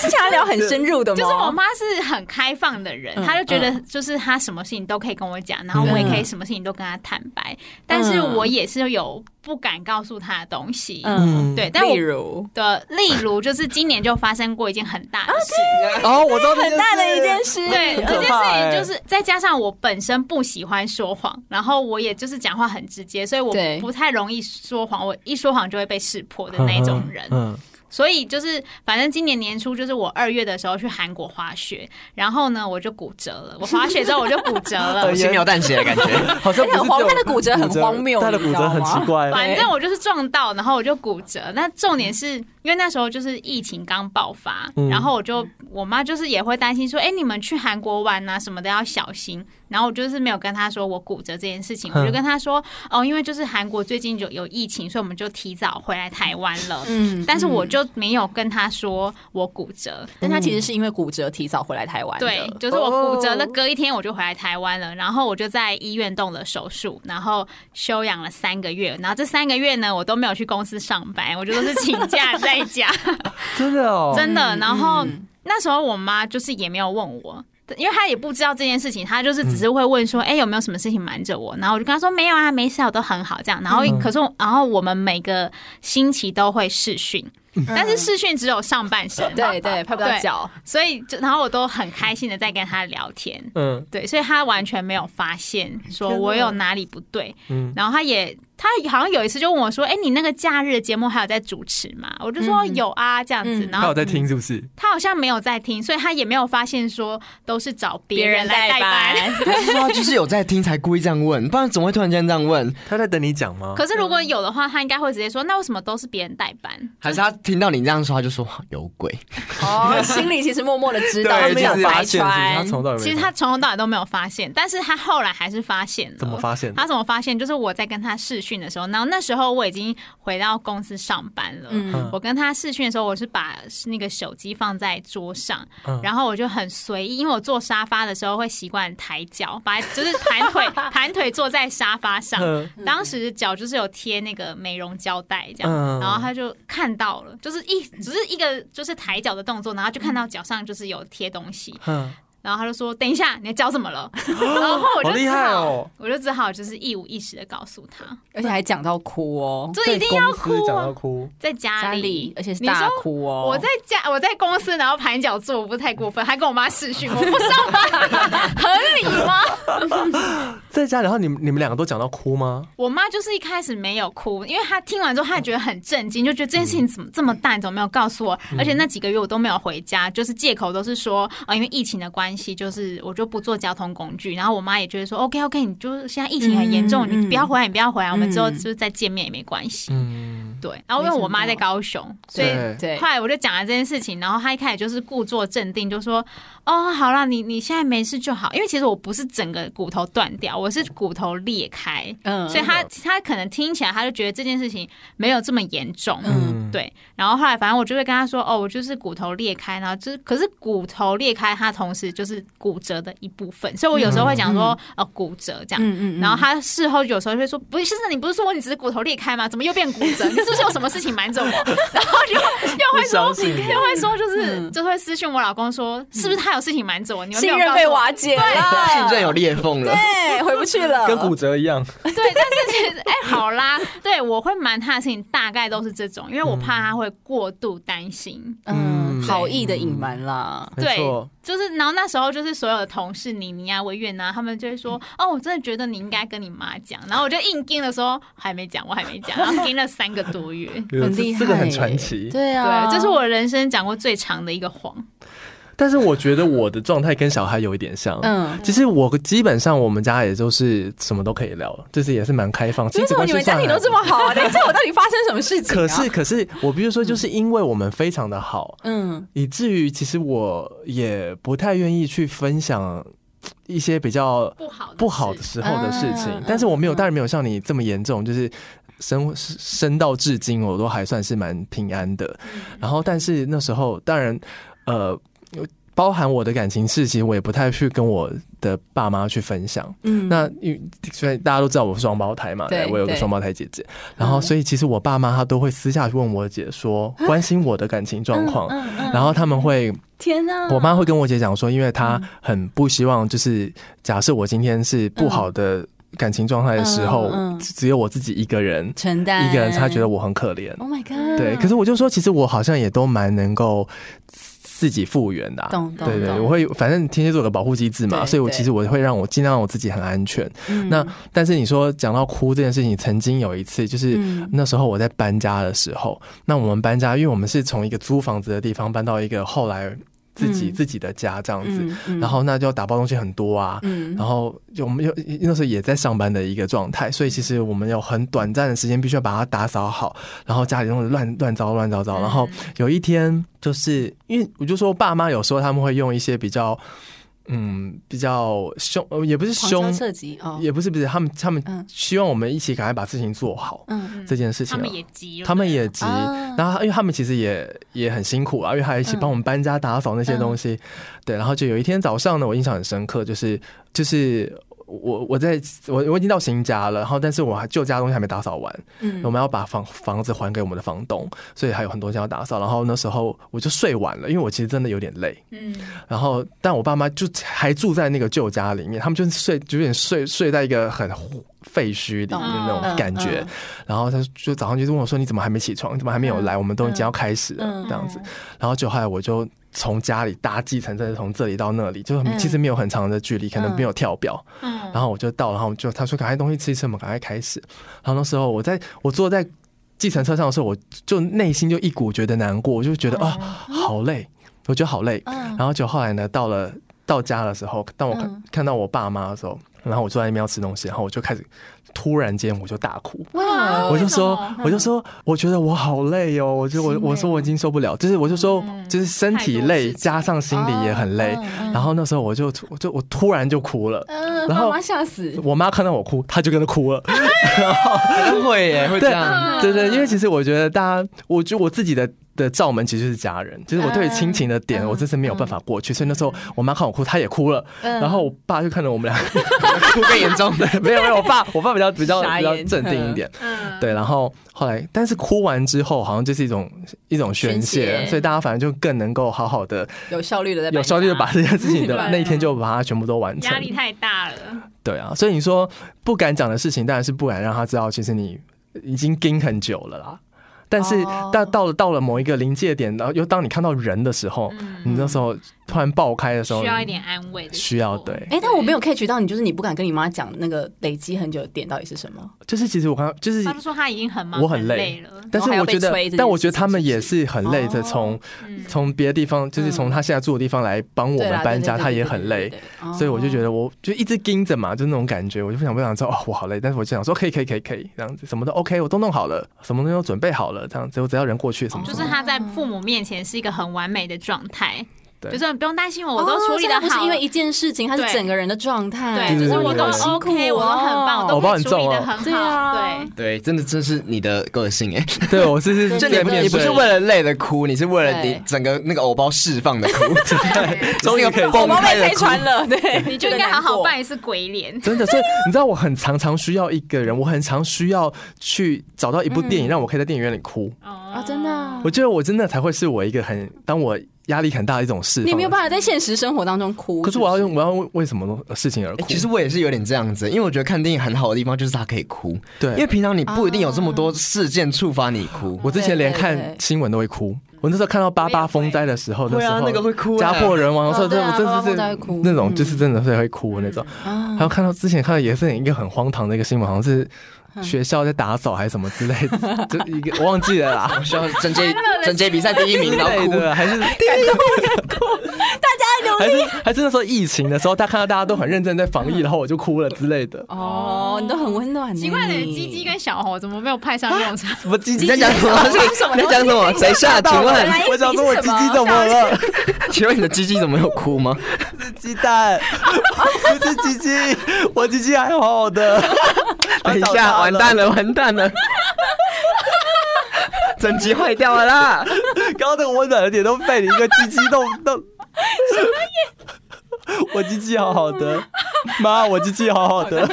Speaker 4: 是想要聊很深入的吗？
Speaker 3: (laughs) 就是我妈是很开放的人
Speaker 4: 嗯，
Speaker 3: 她就觉得就是她什么事情都可以跟我讲，然后我也可以什么事情都跟她坦白，但是我也是有不敢告诉她的东西。
Speaker 4: 嗯，
Speaker 3: 对，但我
Speaker 4: 例如
Speaker 3: 的例如就是今年就发生过一件很大的事，
Speaker 1: 哦，我知道
Speaker 4: 很大的一件事，
Speaker 3: 对，嗯
Speaker 1: 很
Speaker 3: 这
Speaker 1: 可
Speaker 3: 件
Speaker 1: 怕
Speaker 3: 事
Speaker 1: 欸
Speaker 3: 情就是再加上我本身不喜欢说谎，然后我也就是讲话很直接，所以我
Speaker 4: 对
Speaker 3: 不太容易说谎，我一说谎就会被识破的那一种人。
Speaker 1: 嗯，
Speaker 3: 所以就是反正今年年初就是我二月的时候去韩国滑雪，然后呢我就骨折了，我滑雪之后我就骨折
Speaker 1: (laughs)
Speaker 3: 了
Speaker 4: 呃
Speaker 2: 我。 (laughs) 轻描淡写的感觉。
Speaker 1: 嗯好像不是
Speaker 4: 而且黄
Speaker 1: 只有
Speaker 4: 他的骨折很荒谬
Speaker 1: 他的
Speaker 4: 你
Speaker 1: 骨
Speaker 4: 知道
Speaker 1: 折很
Speaker 4: 吗
Speaker 1: 奇怪。
Speaker 3: 反正我就是撞到，然后我就骨折。那重点是因为那时候就是疫情刚爆发，
Speaker 1: 嗯
Speaker 3: 然后我就我妈就是也会担心说，哎、你们去韩国玩啊什么的要小心。然后我就是没有跟她说我骨折这件事情，
Speaker 1: 嗯
Speaker 3: 我就跟她说，哦，因为就是韩国最近有有疫情，所以我们就提早回来台湾了。
Speaker 4: 嗯
Speaker 3: 但是我就没有跟她说我骨折，
Speaker 4: 但他其实是因为骨折提早回来台湾的。哦
Speaker 3: 对，就是我骨折的隔一天我就回来台湾了，然后我就在医院动了手术，然后休养了三个月，然后这三个月呢，我都没有去公司上班，我就都是请
Speaker 4: (laughs)
Speaker 3: 假在家，
Speaker 1: 真的哦，
Speaker 3: (laughs) 真的。然后
Speaker 4: 嗯
Speaker 3: 那时候我妈就是也没有问我。因为她也不知道这件事情，她就是
Speaker 4: 嗯
Speaker 3: 只是会问说：“哎、有没有什么事情瞒着我？”然后我就跟她说：“没有啊，没事啊，我都很好。”这样，然后
Speaker 1: 嗯
Speaker 3: 可是我然后我们每个星期都会试训，但是试训只有上半身，
Speaker 4: 嗯对对，拍不到
Speaker 3: 对
Speaker 4: 脚。
Speaker 3: 所以就然后我都很开心的在跟她聊天，
Speaker 1: 嗯
Speaker 3: 对，所以他完全没有发现说
Speaker 1: 天哪
Speaker 3: 我有哪里不对，
Speaker 1: 嗯，
Speaker 3: 然后他也他好像有一次就问我说：“哎、你那个假日节目还有在主持吗？”我就说：“
Speaker 4: 嗯
Speaker 3: 有啊，这样子。
Speaker 4: 嗯
Speaker 3: 然
Speaker 1: 他有
Speaker 3: 后
Speaker 1: 在听是不是？
Speaker 3: 他好像没有在听，所以他也没有发现说都是找别人来代班。
Speaker 4: 班，
Speaker 2: 还是说他就是有在听才故意这样问，不然怎么会突然间这样问？
Speaker 1: 他在等你讲吗？
Speaker 3: (laughs) 可是如果有的话，他应该会直接说：“那为什么都是别人代班
Speaker 2: 还是他听到你这样说，他就说有鬼？
Speaker 4: 哦，心里其实默默的知道，
Speaker 1: 对，
Speaker 4: 没有
Speaker 1: 就是
Speaker 4: 白
Speaker 1: 发现是不是他
Speaker 4: 穿。
Speaker 1: 从头到？”尾没
Speaker 3: 其实他从头到尾都没有发现，但是他后来还是发现了。
Speaker 1: 怎么发现的？
Speaker 3: 他怎么发现？就是我在跟他试训的时候，然后那时候我已经回到公司上班了，
Speaker 1: 嗯
Speaker 3: 我跟他试训的时候，我是把那个手机放在桌上，
Speaker 1: 嗯
Speaker 3: 然后我就很随意，因为我坐沙发的时候会习惯抬脚，把就是
Speaker 1: (laughs)
Speaker 3: 盘腿盘腿坐在沙发上。
Speaker 1: 嗯
Speaker 3: 当时脚就是有贴那个美容胶带这样，
Speaker 1: 嗯
Speaker 3: 然后他就看到了，就是一只是一个就是抬脚的动作，然后就看到脚上就是有贴东西，
Speaker 1: 嗯，
Speaker 3: 然后他就说：“等一下，你的脚怎么了？” (laughs) 然后我
Speaker 1: 哦好
Speaker 3: 就
Speaker 1: 厉
Speaker 3: 只
Speaker 1: 害
Speaker 3: 好、
Speaker 1: 哦
Speaker 3: 我就只好就是一五一十的告诉他，
Speaker 4: 而且还讲到哭哦，
Speaker 3: 这一定要哭
Speaker 1: 在公司讲
Speaker 3: 啊
Speaker 1: 到哭，
Speaker 3: 在家
Speaker 4: 家里
Speaker 3: 里，，
Speaker 4: 而且是
Speaker 3: 你说
Speaker 4: 大哭哦。
Speaker 3: 我在家，我在公司，然后盘脚坐，我不是太过分，还跟我妈视讯，我不上
Speaker 1: (laughs)
Speaker 3: 班，合理吗？
Speaker 1: 在家，然后你们你们两个都讲到哭吗？
Speaker 3: 我妈就是一开始没有哭，因为她听完之后，她也觉得很震惊，就觉得这件
Speaker 4: 嗯
Speaker 3: 事情怎么这么大，你怎么没有告诉我？而且那几个月我都没有回家，就是借口都是说，呃，因为疫情的关系，就是我就不坐交通工具。然后我妈也觉得说，OK OK，你就是现在疫情很严重，
Speaker 4: 嗯嗯
Speaker 3: 你不要回来，你不要回来，我们之后
Speaker 4: 嗯
Speaker 3: 就是再见面也没关系。
Speaker 1: 嗯，
Speaker 3: 对，然后因为我妈在高雄，所以
Speaker 1: 对
Speaker 4: 对
Speaker 3: 后，来我就讲了这件事情，然后他一开始就是故作镇定，就说：“哦，好啦，你你现在没事就好。”因为其实我不是整个骨头断掉，我是骨头裂开，
Speaker 4: 嗯
Speaker 3: 所以他他可能听起来他就觉得这件事情没有这么严重。
Speaker 1: 嗯，
Speaker 3: 对，然后后来反正我就会跟他说，哦，我就是骨头裂开，然后就是，可是骨头裂开，它同时就是骨折的一部分，所以我有时候会讲说，呃，骨折这样，
Speaker 4: 嗯
Speaker 3: 然后他事后有时候就会说：“不是，先生，你不是说我你只是骨头裂开吗？怎么又变骨折？你是不是有什么事情瞒着我？”然后就又会
Speaker 1: 不相
Speaker 3: 说，
Speaker 1: 信你
Speaker 3: 又会说，就是、
Speaker 4: 嗯
Speaker 3: 就会私讯我老公说：“是不是他有事情瞒着我？你们没
Speaker 4: 信
Speaker 3: 有
Speaker 4: 任
Speaker 3: 告
Speaker 4: 被
Speaker 3: 诉我
Speaker 4: 瓦解了，
Speaker 2: 信任有裂缝了。
Speaker 4: 对，回不去了，
Speaker 1: 跟骨折一样，
Speaker 3: (laughs) 对，但是其实哎、好啦，对我会瞒他的事情大概都是这种，因为我怕他会过度担心。
Speaker 4: 嗯
Speaker 1: 嗯
Speaker 4: 好意的隐瞒啦。
Speaker 1: 没
Speaker 3: 对
Speaker 1: 错，
Speaker 3: 就是，然后那时候就是所有的同事，妮妮啊、维远啊，他们就会说：“
Speaker 1: 嗯
Speaker 3: 哦，我真的觉得你应该跟你妈讲。”然后我就硬盯的时候还没讲，我还没讲，然后盯了三个多月。
Speaker 1: 有
Speaker 4: 很
Speaker 1: 这
Speaker 4: 厉害耶，
Speaker 1: 这个很传奇。
Speaker 4: 对啊，
Speaker 3: 对，这是我人生讲过最长的一个谎。
Speaker 1: 但是我觉得我的状态跟小孩有一点像，
Speaker 4: 嗯，
Speaker 1: 其实我基本上我们家也就是什么都可以聊，就是也是蛮开放。
Speaker 4: 为
Speaker 1: 亲
Speaker 4: 什
Speaker 1: 子
Speaker 4: 么
Speaker 1: 关
Speaker 4: 你
Speaker 1: 系
Speaker 4: 们家庭
Speaker 1: 算
Speaker 4: 都
Speaker 1: 还
Speaker 4: 这么好啊？等一下，我到底发生什么事情啊？
Speaker 1: 可是，可是，我比如说，就是因为我们非常的好，
Speaker 4: 嗯，
Speaker 1: 以至于其实我也不太愿意去分享一些比较
Speaker 3: 不好的
Speaker 1: 不好的时
Speaker 3: 事
Speaker 1: 候的事情。
Speaker 4: 嗯
Speaker 1: 但是我没有，当然没有像你这么严重，就是生生到至今，我都还算是蛮平安的。
Speaker 4: 嗯
Speaker 1: 然后，但是那时候，当然，呃。包含我的感情事，其实我也不太去跟我的爸妈去分享。
Speaker 4: 嗯
Speaker 1: 那因为所以大家都知道我是双胞胎嘛，
Speaker 4: 对
Speaker 1: 对我有个
Speaker 4: 对嗯
Speaker 1: 双胞胎姐姐，然后所以其实我爸妈他都会私下去问我姐说，
Speaker 4: 啊
Speaker 1: 关心我的感情状况，
Speaker 4: 嗯嗯嗯
Speaker 1: 然后他们会，
Speaker 4: 天哪，
Speaker 1: 我妈会跟我姐讲说，因为
Speaker 4: 嗯
Speaker 1: 她很不希望，就是假设我今天是不好的感情状态的时候
Speaker 4: 嗯嗯嗯嗯，哎
Speaker 1: 只有我自己一个人，
Speaker 4: 承担
Speaker 1: 一
Speaker 4: 嗯
Speaker 1: 个人，她觉得我很可怜。
Speaker 4: ，Oh my god，
Speaker 1: 对，可是我就说，其实我好像也都蛮能够自己复原的、啊。
Speaker 4: 懂懂
Speaker 1: 对对，
Speaker 4: 懂
Speaker 1: 我会反正天蝎座有个保护机制嘛，
Speaker 4: 对
Speaker 1: 所以我
Speaker 4: 对
Speaker 1: 其实我会让我尽量让我自己很安全。
Speaker 4: 嗯
Speaker 1: 那但是你说讲到哭这件事情，曾经有一次就是
Speaker 4: 嗯
Speaker 1: 那时候我在搬家的时候，那我们搬家，因为我们是从一个租房子的地方搬到一个后来自己
Speaker 4: 嗯
Speaker 1: 自己的家这样子，
Speaker 4: 嗯嗯
Speaker 1: 然后那就要打包东西很多啊，
Speaker 4: 嗯
Speaker 1: 然后就我们又那时候也在上班的一个状态，所以其实我们有很短暂的时间必须要把它打扫好，然后家里弄得乱乱糟乱糟糟。
Speaker 4: 嗯
Speaker 1: 哦然后
Speaker 3: 嗯
Speaker 1: 有一天，就是因为我就说爸妈有时候他们会用一些比较嗯比较凶，呃也不是
Speaker 4: 狂
Speaker 1: 凶
Speaker 4: 烧，射击哦，
Speaker 1: 也不是不是，他们他们
Speaker 4: 嗯
Speaker 1: 希望我们一起赶快把事情做好
Speaker 4: 嗯
Speaker 1: 这件事情
Speaker 3: 他
Speaker 1: 啊。
Speaker 3: 们也急了，
Speaker 1: 他们也急，
Speaker 4: 啊
Speaker 1: 然后因为他们其实也也很辛苦啊，因为还一起帮我们搬家、打扫那些东西。对，然后就有一天早上呢，我印象很深刻，就是就是我我在我我已经到新家了，然后但是我还旧家的东西还没打扫完，
Speaker 4: 嗯
Speaker 1: 我们要把房房子还给我们的房东，所以还有很多东西要打扫。然后那时候我就睡晚了，因为我其实真的有点累。
Speaker 3: 嗯，
Speaker 1: 然后，但我爸妈就还住在那个旧家里面，他们就是睡，就有点睡睡在一个很废墟里面
Speaker 4: 嗯
Speaker 1: 那种感觉。
Speaker 4: 嗯嗯
Speaker 1: 然后他就早上就问我说：“你怎么还没起床？你怎么还没有来？我们都已经要开始了。
Speaker 4: 嗯
Speaker 1: 这样子。然后就后来我就从家里搭计程车，从这里到那里，就
Speaker 4: 嗯
Speaker 1: 其实没有很长的距离，可能没有跳表。
Speaker 3: 嗯，
Speaker 1: 然后我就到，然后我就他说赶快东西吃一吃，我们赶快开始。然后那时候我在我坐在计程车上的时候，我就内心就一股觉得难过，我就觉得啊、好累，我觉得好累。
Speaker 4: 哦嗯
Speaker 1: 然后就后来呢，到了到家的时候，当我看、
Speaker 4: 嗯
Speaker 1: 看到我爸妈的时候，然后我坐在那边要吃东西，然后我就开始突然间我就大哭。
Speaker 4: 哇哦
Speaker 1: 我就说
Speaker 3: 为什么，
Speaker 1: 我就说，我觉得我好累哦，我就我
Speaker 4: 心累
Speaker 1: 我说我已经受不了，就是我就说，
Speaker 3: 嗯
Speaker 1: 就是身体累
Speaker 3: 太多事情
Speaker 1: 加上心里也很累
Speaker 4: 哦，嗯
Speaker 1: 然后那时候我就我就我突然就哭了，
Speaker 4: 嗯，
Speaker 1: 然
Speaker 4: 爸
Speaker 1: 后
Speaker 4: 妈吓死，
Speaker 1: 我妈看到我哭，她就跟着哭了。
Speaker 2: 会耶，会这样。
Speaker 3: 啊
Speaker 1: 对对，因为其实我觉得大家，我觉得我自己的的罩门其实是家人，就是我对于亲情的
Speaker 3: 嗯
Speaker 1: 点，我真是没有办法过去。所以那时候我妈看我哭，她也哭了，
Speaker 4: 嗯
Speaker 1: 然后我爸就看着我们俩，
Speaker 2: 哭更严重的。
Speaker 1: (laughs) 没有没有，我爸我爸比较比较
Speaker 4: 傻
Speaker 1: 比较
Speaker 4: 眼
Speaker 1: 镇定一点。
Speaker 3: 嗯，
Speaker 1: 对，然后后来，但是哭完之后，好像就是一种一种宣
Speaker 4: 宣
Speaker 1: 泄，
Speaker 4: 泄
Speaker 1: 所以大家反而就更能够好好的、
Speaker 4: 有效率的在
Speaker 1: 有效率的把这件事情的
Speaker 3: 对
Speaker 1: 那一天就把它全部都完成
Speaker 3: 嗯压。力太大了，
Speaker 1: 对啊，所以你说不敢讲的事情，当然是不敢让他知道，其实你已经盯很久了啦。但是
Speaker 4: 哦
Speaker 1: 到到了到了某一个临界点，然后又当你看到人的时候，
Speaker 4: 嗯
Speaker 3: 嗯
Speaker 1: 你那时候突然爆开的时候，
Speaker 3: 需要一点安慰的时候，
Speaker 1: 需要对，
Speaker 4: 哎、但我没有 catch 到你，就是你不敢跟你妈讲那个累积很久的点到底是什么？
Speaker 1: 就是其实我刚刚就是
Speaker 3: 他就说他已经很忙，
Speaker 1: 我
Speaker 3: 很
Speaker 1: 很累 (laughs)
Speaker 3: 了，
Speaker 1: 但是
Speaker 4: 然后还要
Speaker 1: 我觉得
Speaker 4: 被催这，
Speaker 1: 但我
Speaker 4: 件
Speaker 1: 觉得
Speaker 4: 事
Speaker 1: 他们
Speaker 4: 情是
Speaker 1: 也是很累的，
Speaker 4: 哦
Speaker 1: 从
Speaker 3: 嗯
Speaker 1: 从别的地方，就是从他现在住的地方来帮我
Speaker 4: 对
Speaker 1: 们
Speaker 4: 啦
Speaker 1: 搬家，
Speaker 4: 对对对
Speaker 1: 他也
Speaker 4: 对
Speaker 1: 很
Speaker 4: 对
Speaker 1: 累
Speaker 4: 对。对对
Speaker 1: 所以我就觉
Speaker 4: 哦
Speaker 1: 得，我就一直盯着嘛，就那种感觉，我就不想不想说哦，我好累，但是我就想说可以可以可以可以这样子，什么都 OK，我都弄好了，什么东西都准备好了，这样子，我只要人过去什么
Speaker 4: 哦
Speaker 3: 就
Speaker 1: 什
Speaker 3: 是
Speaker 4: (laughs)
Speaker 1: 么，
Speaker 3: 他在父母面前是一个很完美的状态，
Speaker 1: 对
Speaker 3: 就说你不用担心我，我都处理的
Speaker 4: 哦所以它不
Speaker 3: 好
Speaker 4: 是因
Speaker 3: 了
Speaker 4: 为。一件事情，它是
Speaker 3: 对
Speaker 4: 整个人的状态，
Speaker 3: 对，就是
Speaker 1: 对
Speaker 3: 我都
Speaker 1: 对对
Speaker 3: OK，我都很棒，我都
Speaker 1: 我帮
Speaker 3: 会
Speaker 1: 你
Speaker 3: 处理
Speaker 1: 揍
Speaker 3: 的
Speaker 1: 哦
Speaker 3: 很
Speaker 4: 哦对啊
Speaker 3: 好，对，
Speaker 2: 对，真的这是你的个性哎，
Speaker 1: 对我是是
Speaker 4: 对
Speaker 2: 就
Speaker 1: 正面
Speaker 2: 你不
Speaker 1: 对，
Speaker 2: 你不是为了累的哭，你是为了
Speaker 4: 对
Speaker 2: 你整个那个偶包释放的 (laughs) 哭，从一个崩
Speaker 4: 我们
Speaker 2: 开
Speaker 4: 被
Speaker 2: 的
Speaker 4: 拆
Speaker 2: 哭。
Speaker 4: 穿了， (laughs) 对，
Speaker 3: 你就应该好好扮一次鬼脸。
Speaker 1: 真的，所以你知道我很常常需要一个人，我很常需要去找到一部电影，让我可以在电影院里哭。
Speaker 3: 啊
Speaker 4: 啊，真的啊、
Speaker 1: 我觉得我真的才会是我一个很，当我压力很大的一种释放。
Speaker 4: 你没有办法在现实生活当中哭，
Speaker 1: 可是我要用，我要为为什么事情而哭？
Speaker 2: 哎其实我也是有点这样子，因为我觉得看电影很好的地方就是它可以哭，
Speaker 1: 对
Speaker 2: 因为平常你不一定有这么多事件触发你哭。
Speaker 1: 我之前连
Speaker 4: 对对
Speaker 1: 看
Speaker 4: 对
Speaker 1: 新闻都会哭。我那时候看到八八风灾的时候，那
Speaker 2: 会
Speaker 1: 时
Speaker 2: 啊
Speaker 1: 候
Speaker 2: 那个会哭啊
Speaker 1: 家
Speaker 2: (laughs)
Speaker 1: 破人亡的时候，
Speaker 4: 哦
Speaker 1: 真
Speaker 4: 对
Speaker 1: 的
Speaker 4: 啊
Speaker 1: 我真
Speaker 4: 八八
Speaker 1: 的
Speaker 4: 风灾
Speaker 1: 是
Speaker 4: 会哭
Speaker 1: 那种，就是真的是会哭的那种。
Speaker 4: 啊
Speaker 1: 还有看到之前看到也是一个很荒唐的一个新闻，好像是学校在打扫还是什么之类的，就一个我忘记了啦。
Speaker 2: 我需要整届整届比赛第一 (laughs) 名，然后
Speaker 1: 对
Speaker 2: 哭。
Speaker 1: 的，还是还是还是那时候疫情的时候，他看到大家都很认真在防疫，然后我就哭了之类的。
Speaker 4: 哦，你都很温暖呢，
Speaker 3: 奇怪的鸡鸡
Speaker 4: (laughs)
Speaker 3: 跟小猴怎么没有派上用场？
Speaker 1: 什么鸡
Speaker 2: 你
Speaker 1: 鸡
Speaker 2: 在讲什么？ (laughs) 你在讲什么？谁下？请问
Speaker 4: 来
Speaker 1: 我想说我鸡鸡怎么 (laughs) 了？
Speaker 2: 请问你的鸡鸡怎么有哭 (laughs) 吗？
Speaker 1: 鸡蛋，
Speaker 2: (laughs)
Speaker 1: 不是鸡鸡，我鸡鸡还好好的。
Speaker 2: (laughs)
Speaker 1: 哎
Speaker 2: 等一下，完蛋了，完蛋 (laughs) 了，整集坏掉了 (laughs) 啦！
Speaker 1: 刚刚那个温暖的点都被你一个鸡鸡弄弄。我鸡鸡好好的，妈，我鸡鸡好好的。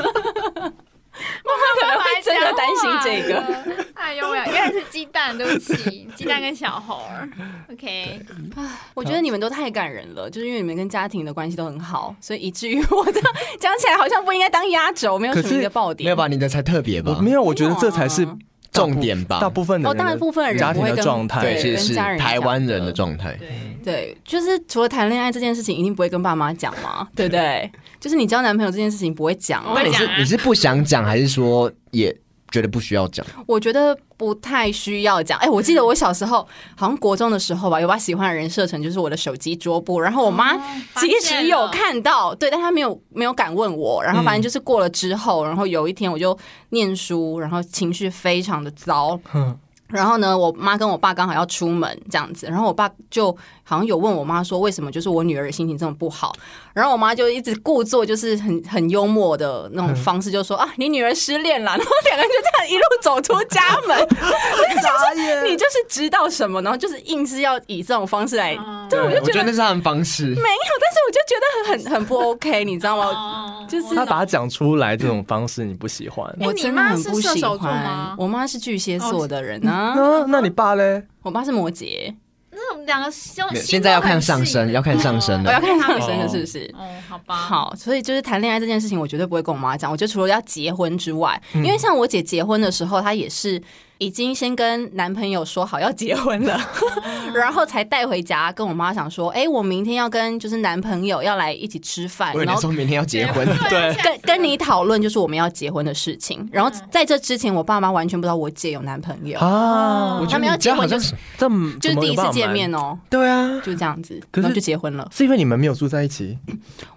Speaker 4: 可能会真的担心这个。
Speaker 3: 个。 (laughs) 哎呦喂，原来是鸡蛋，对不起，鸡蛋跟小猴儿。OK，
Speaker 4: 我觉得你们都太感人了，就是因为你们跟家庭的关系都很好，所以以至于 (laughs) 我这样讲起来好像不应该当压轴，没有什么一个爆点。
Speaker 2: 没有吧？你的才特别吧？
Speaker 1: 没有，我觉得这才是大部
Speaker 2: 重点吧
Speaker 1: 大部分的
Speaker 4: 哦，
Speaker 1: 人的
Speaker 4: 大部分人
Speaker 1: 家
Speaker 4: 不
Speaker 1: 庭
Speaker 4: 会
Speaker 1: 的
Speaker 4: 跟
Speaker 1: 状态
Speaker 2: 对，
Speaker 4: 对
Speaker 2: 其实
Speaker 4: 跟
Speaker 2: 是
Speaker 4: 家人
Speaker 2: 台湾人的
Speaker 4: 讲
Speaker 2: 状态。
Speaker 3: 对，
Speaker 4: 对，就是除了谈恋爱这件事情，一定不会跟爸妈讲嘛，对不对？ (laughs) 就是你交男朋友这件事情不会讲啊
Speaker 3: 不，会
Speaker 2: 你
Speaker 3: 讲
Speaker 2: 是
Speaker 3: 啊
Speaker 2: 你是不想讲，还是说也觉得不需要讲？
Speaker 4: 我觉得不太需要讲。哎、我记得我小时候，好像国中的时候吧，有把喜欢的人设成就是我的手机桌布，然后我妈
Speaker 3: 哦发
Speaker 4: 即
Speaker 3: 现
Speaker 4: 使有
Speaker 3: 了
Speaker 4: 看到，对，但她没有没有敢问我。然后反正就是过了之后，然后有一天我就念书，然后情绪非常的糟，
Speaker 1: 嗯
Speaker 4: 然后呢，我妈跟我爸刚好要出门这样子，然后我爸就好像有问我妈说，为什么就是我女儿心情这么不好？然后我妈就一直故作就是很很幽默的那种方式，就说、啊，你女儿失恋了。然后两个人就这样一路走出家门， (laughs) 就是你就是知道什么，然后就是硬是要以这种方式来。
Speaker 3: 嗯
Speaker 4: 对，我就
Speaker 2: 我
Speaker 4: 觉
Speaker 2: 觉
Speaker 4: 得
Speaker 2: 得那是他们方式。
Speaker 4: 没有，但是我就觉得很很很 (laughs) 不 OK，你知道吗？
Speaker 3: 哦
Speaker 4: 就是
Speaker 1: 他把它讲出来这种方式你不喜欢，
Speaker 3: 哎
Speaker 4: 我
Speaker 3: 你
Speaker 4: 真的
Speaker 3: 妈
Speaker 4: 很
Speaker 3: 是
Speaker 4: 不
Speaker 3: 射
Speaker 4: 喜
Speaker 3: 手座吗
Speaker 4: 欢。我妈是巨蟹座的人啊，
Speaker 1: 那那你爸嘞？
Speaker 4: 我爸是摩羯，
Speaker 3: 那我们两个胸
Speaker 2: 没有现在要看上身要看上身
Speaker 4: 我
Speaker 2: 了
Speaker 4: 要看上升的是不是？
Speaker 3: 哦，好吧，，
Speaker 4: 好，所以就是谈恋爱这件事情，我绝对不会跟我妈讲。我觉得除了要结婚之外，因为像我姐结婚的时候，她也是已经先跟男朋友说好要结婚了， (laughs) 然后才带回家跟我妈讲说，哎、我明天要跟就是男朋友要来一起吃饭，
Speaker 2: 我有
Speaker 4: 然
Speaker 2: 人
Speaker 4: 后
Speaker 2: 说明天要结
Speaker 3: (laughs)
Speaker 2: 婚， (laughs)
Speaker 1: 对
Speaker 3: 啊吓死
Speaker 4: 跟
Speaker 3: 了嗯
Speaker 4: 跟你讨论就是我们要结婚的事情。然后在这之前，我爸妈完全不知道我姐有男朋友，
Speaker 1: 啊，
Speaker 3: 哦
Speaker 1: 我觉
Speaker 4: 他们要
Speaker 2: 你这
Speaker 4: 结
Speaker 2: 样好
Speaker 4: 婚
Speaker 2: 像
Speaker 4: 就是
Speaker 1: 这
Speaker 4: 就是第一次见面
Speaker 1: 哦。
Speaker 4: 哦，
Speaker 2: 对啊，
Speaker 4: 就这样子，
Speaker 1: 可是
Speaker 4: 然后就结婚了。
Speaker 1: 是因为你们没有住在一起，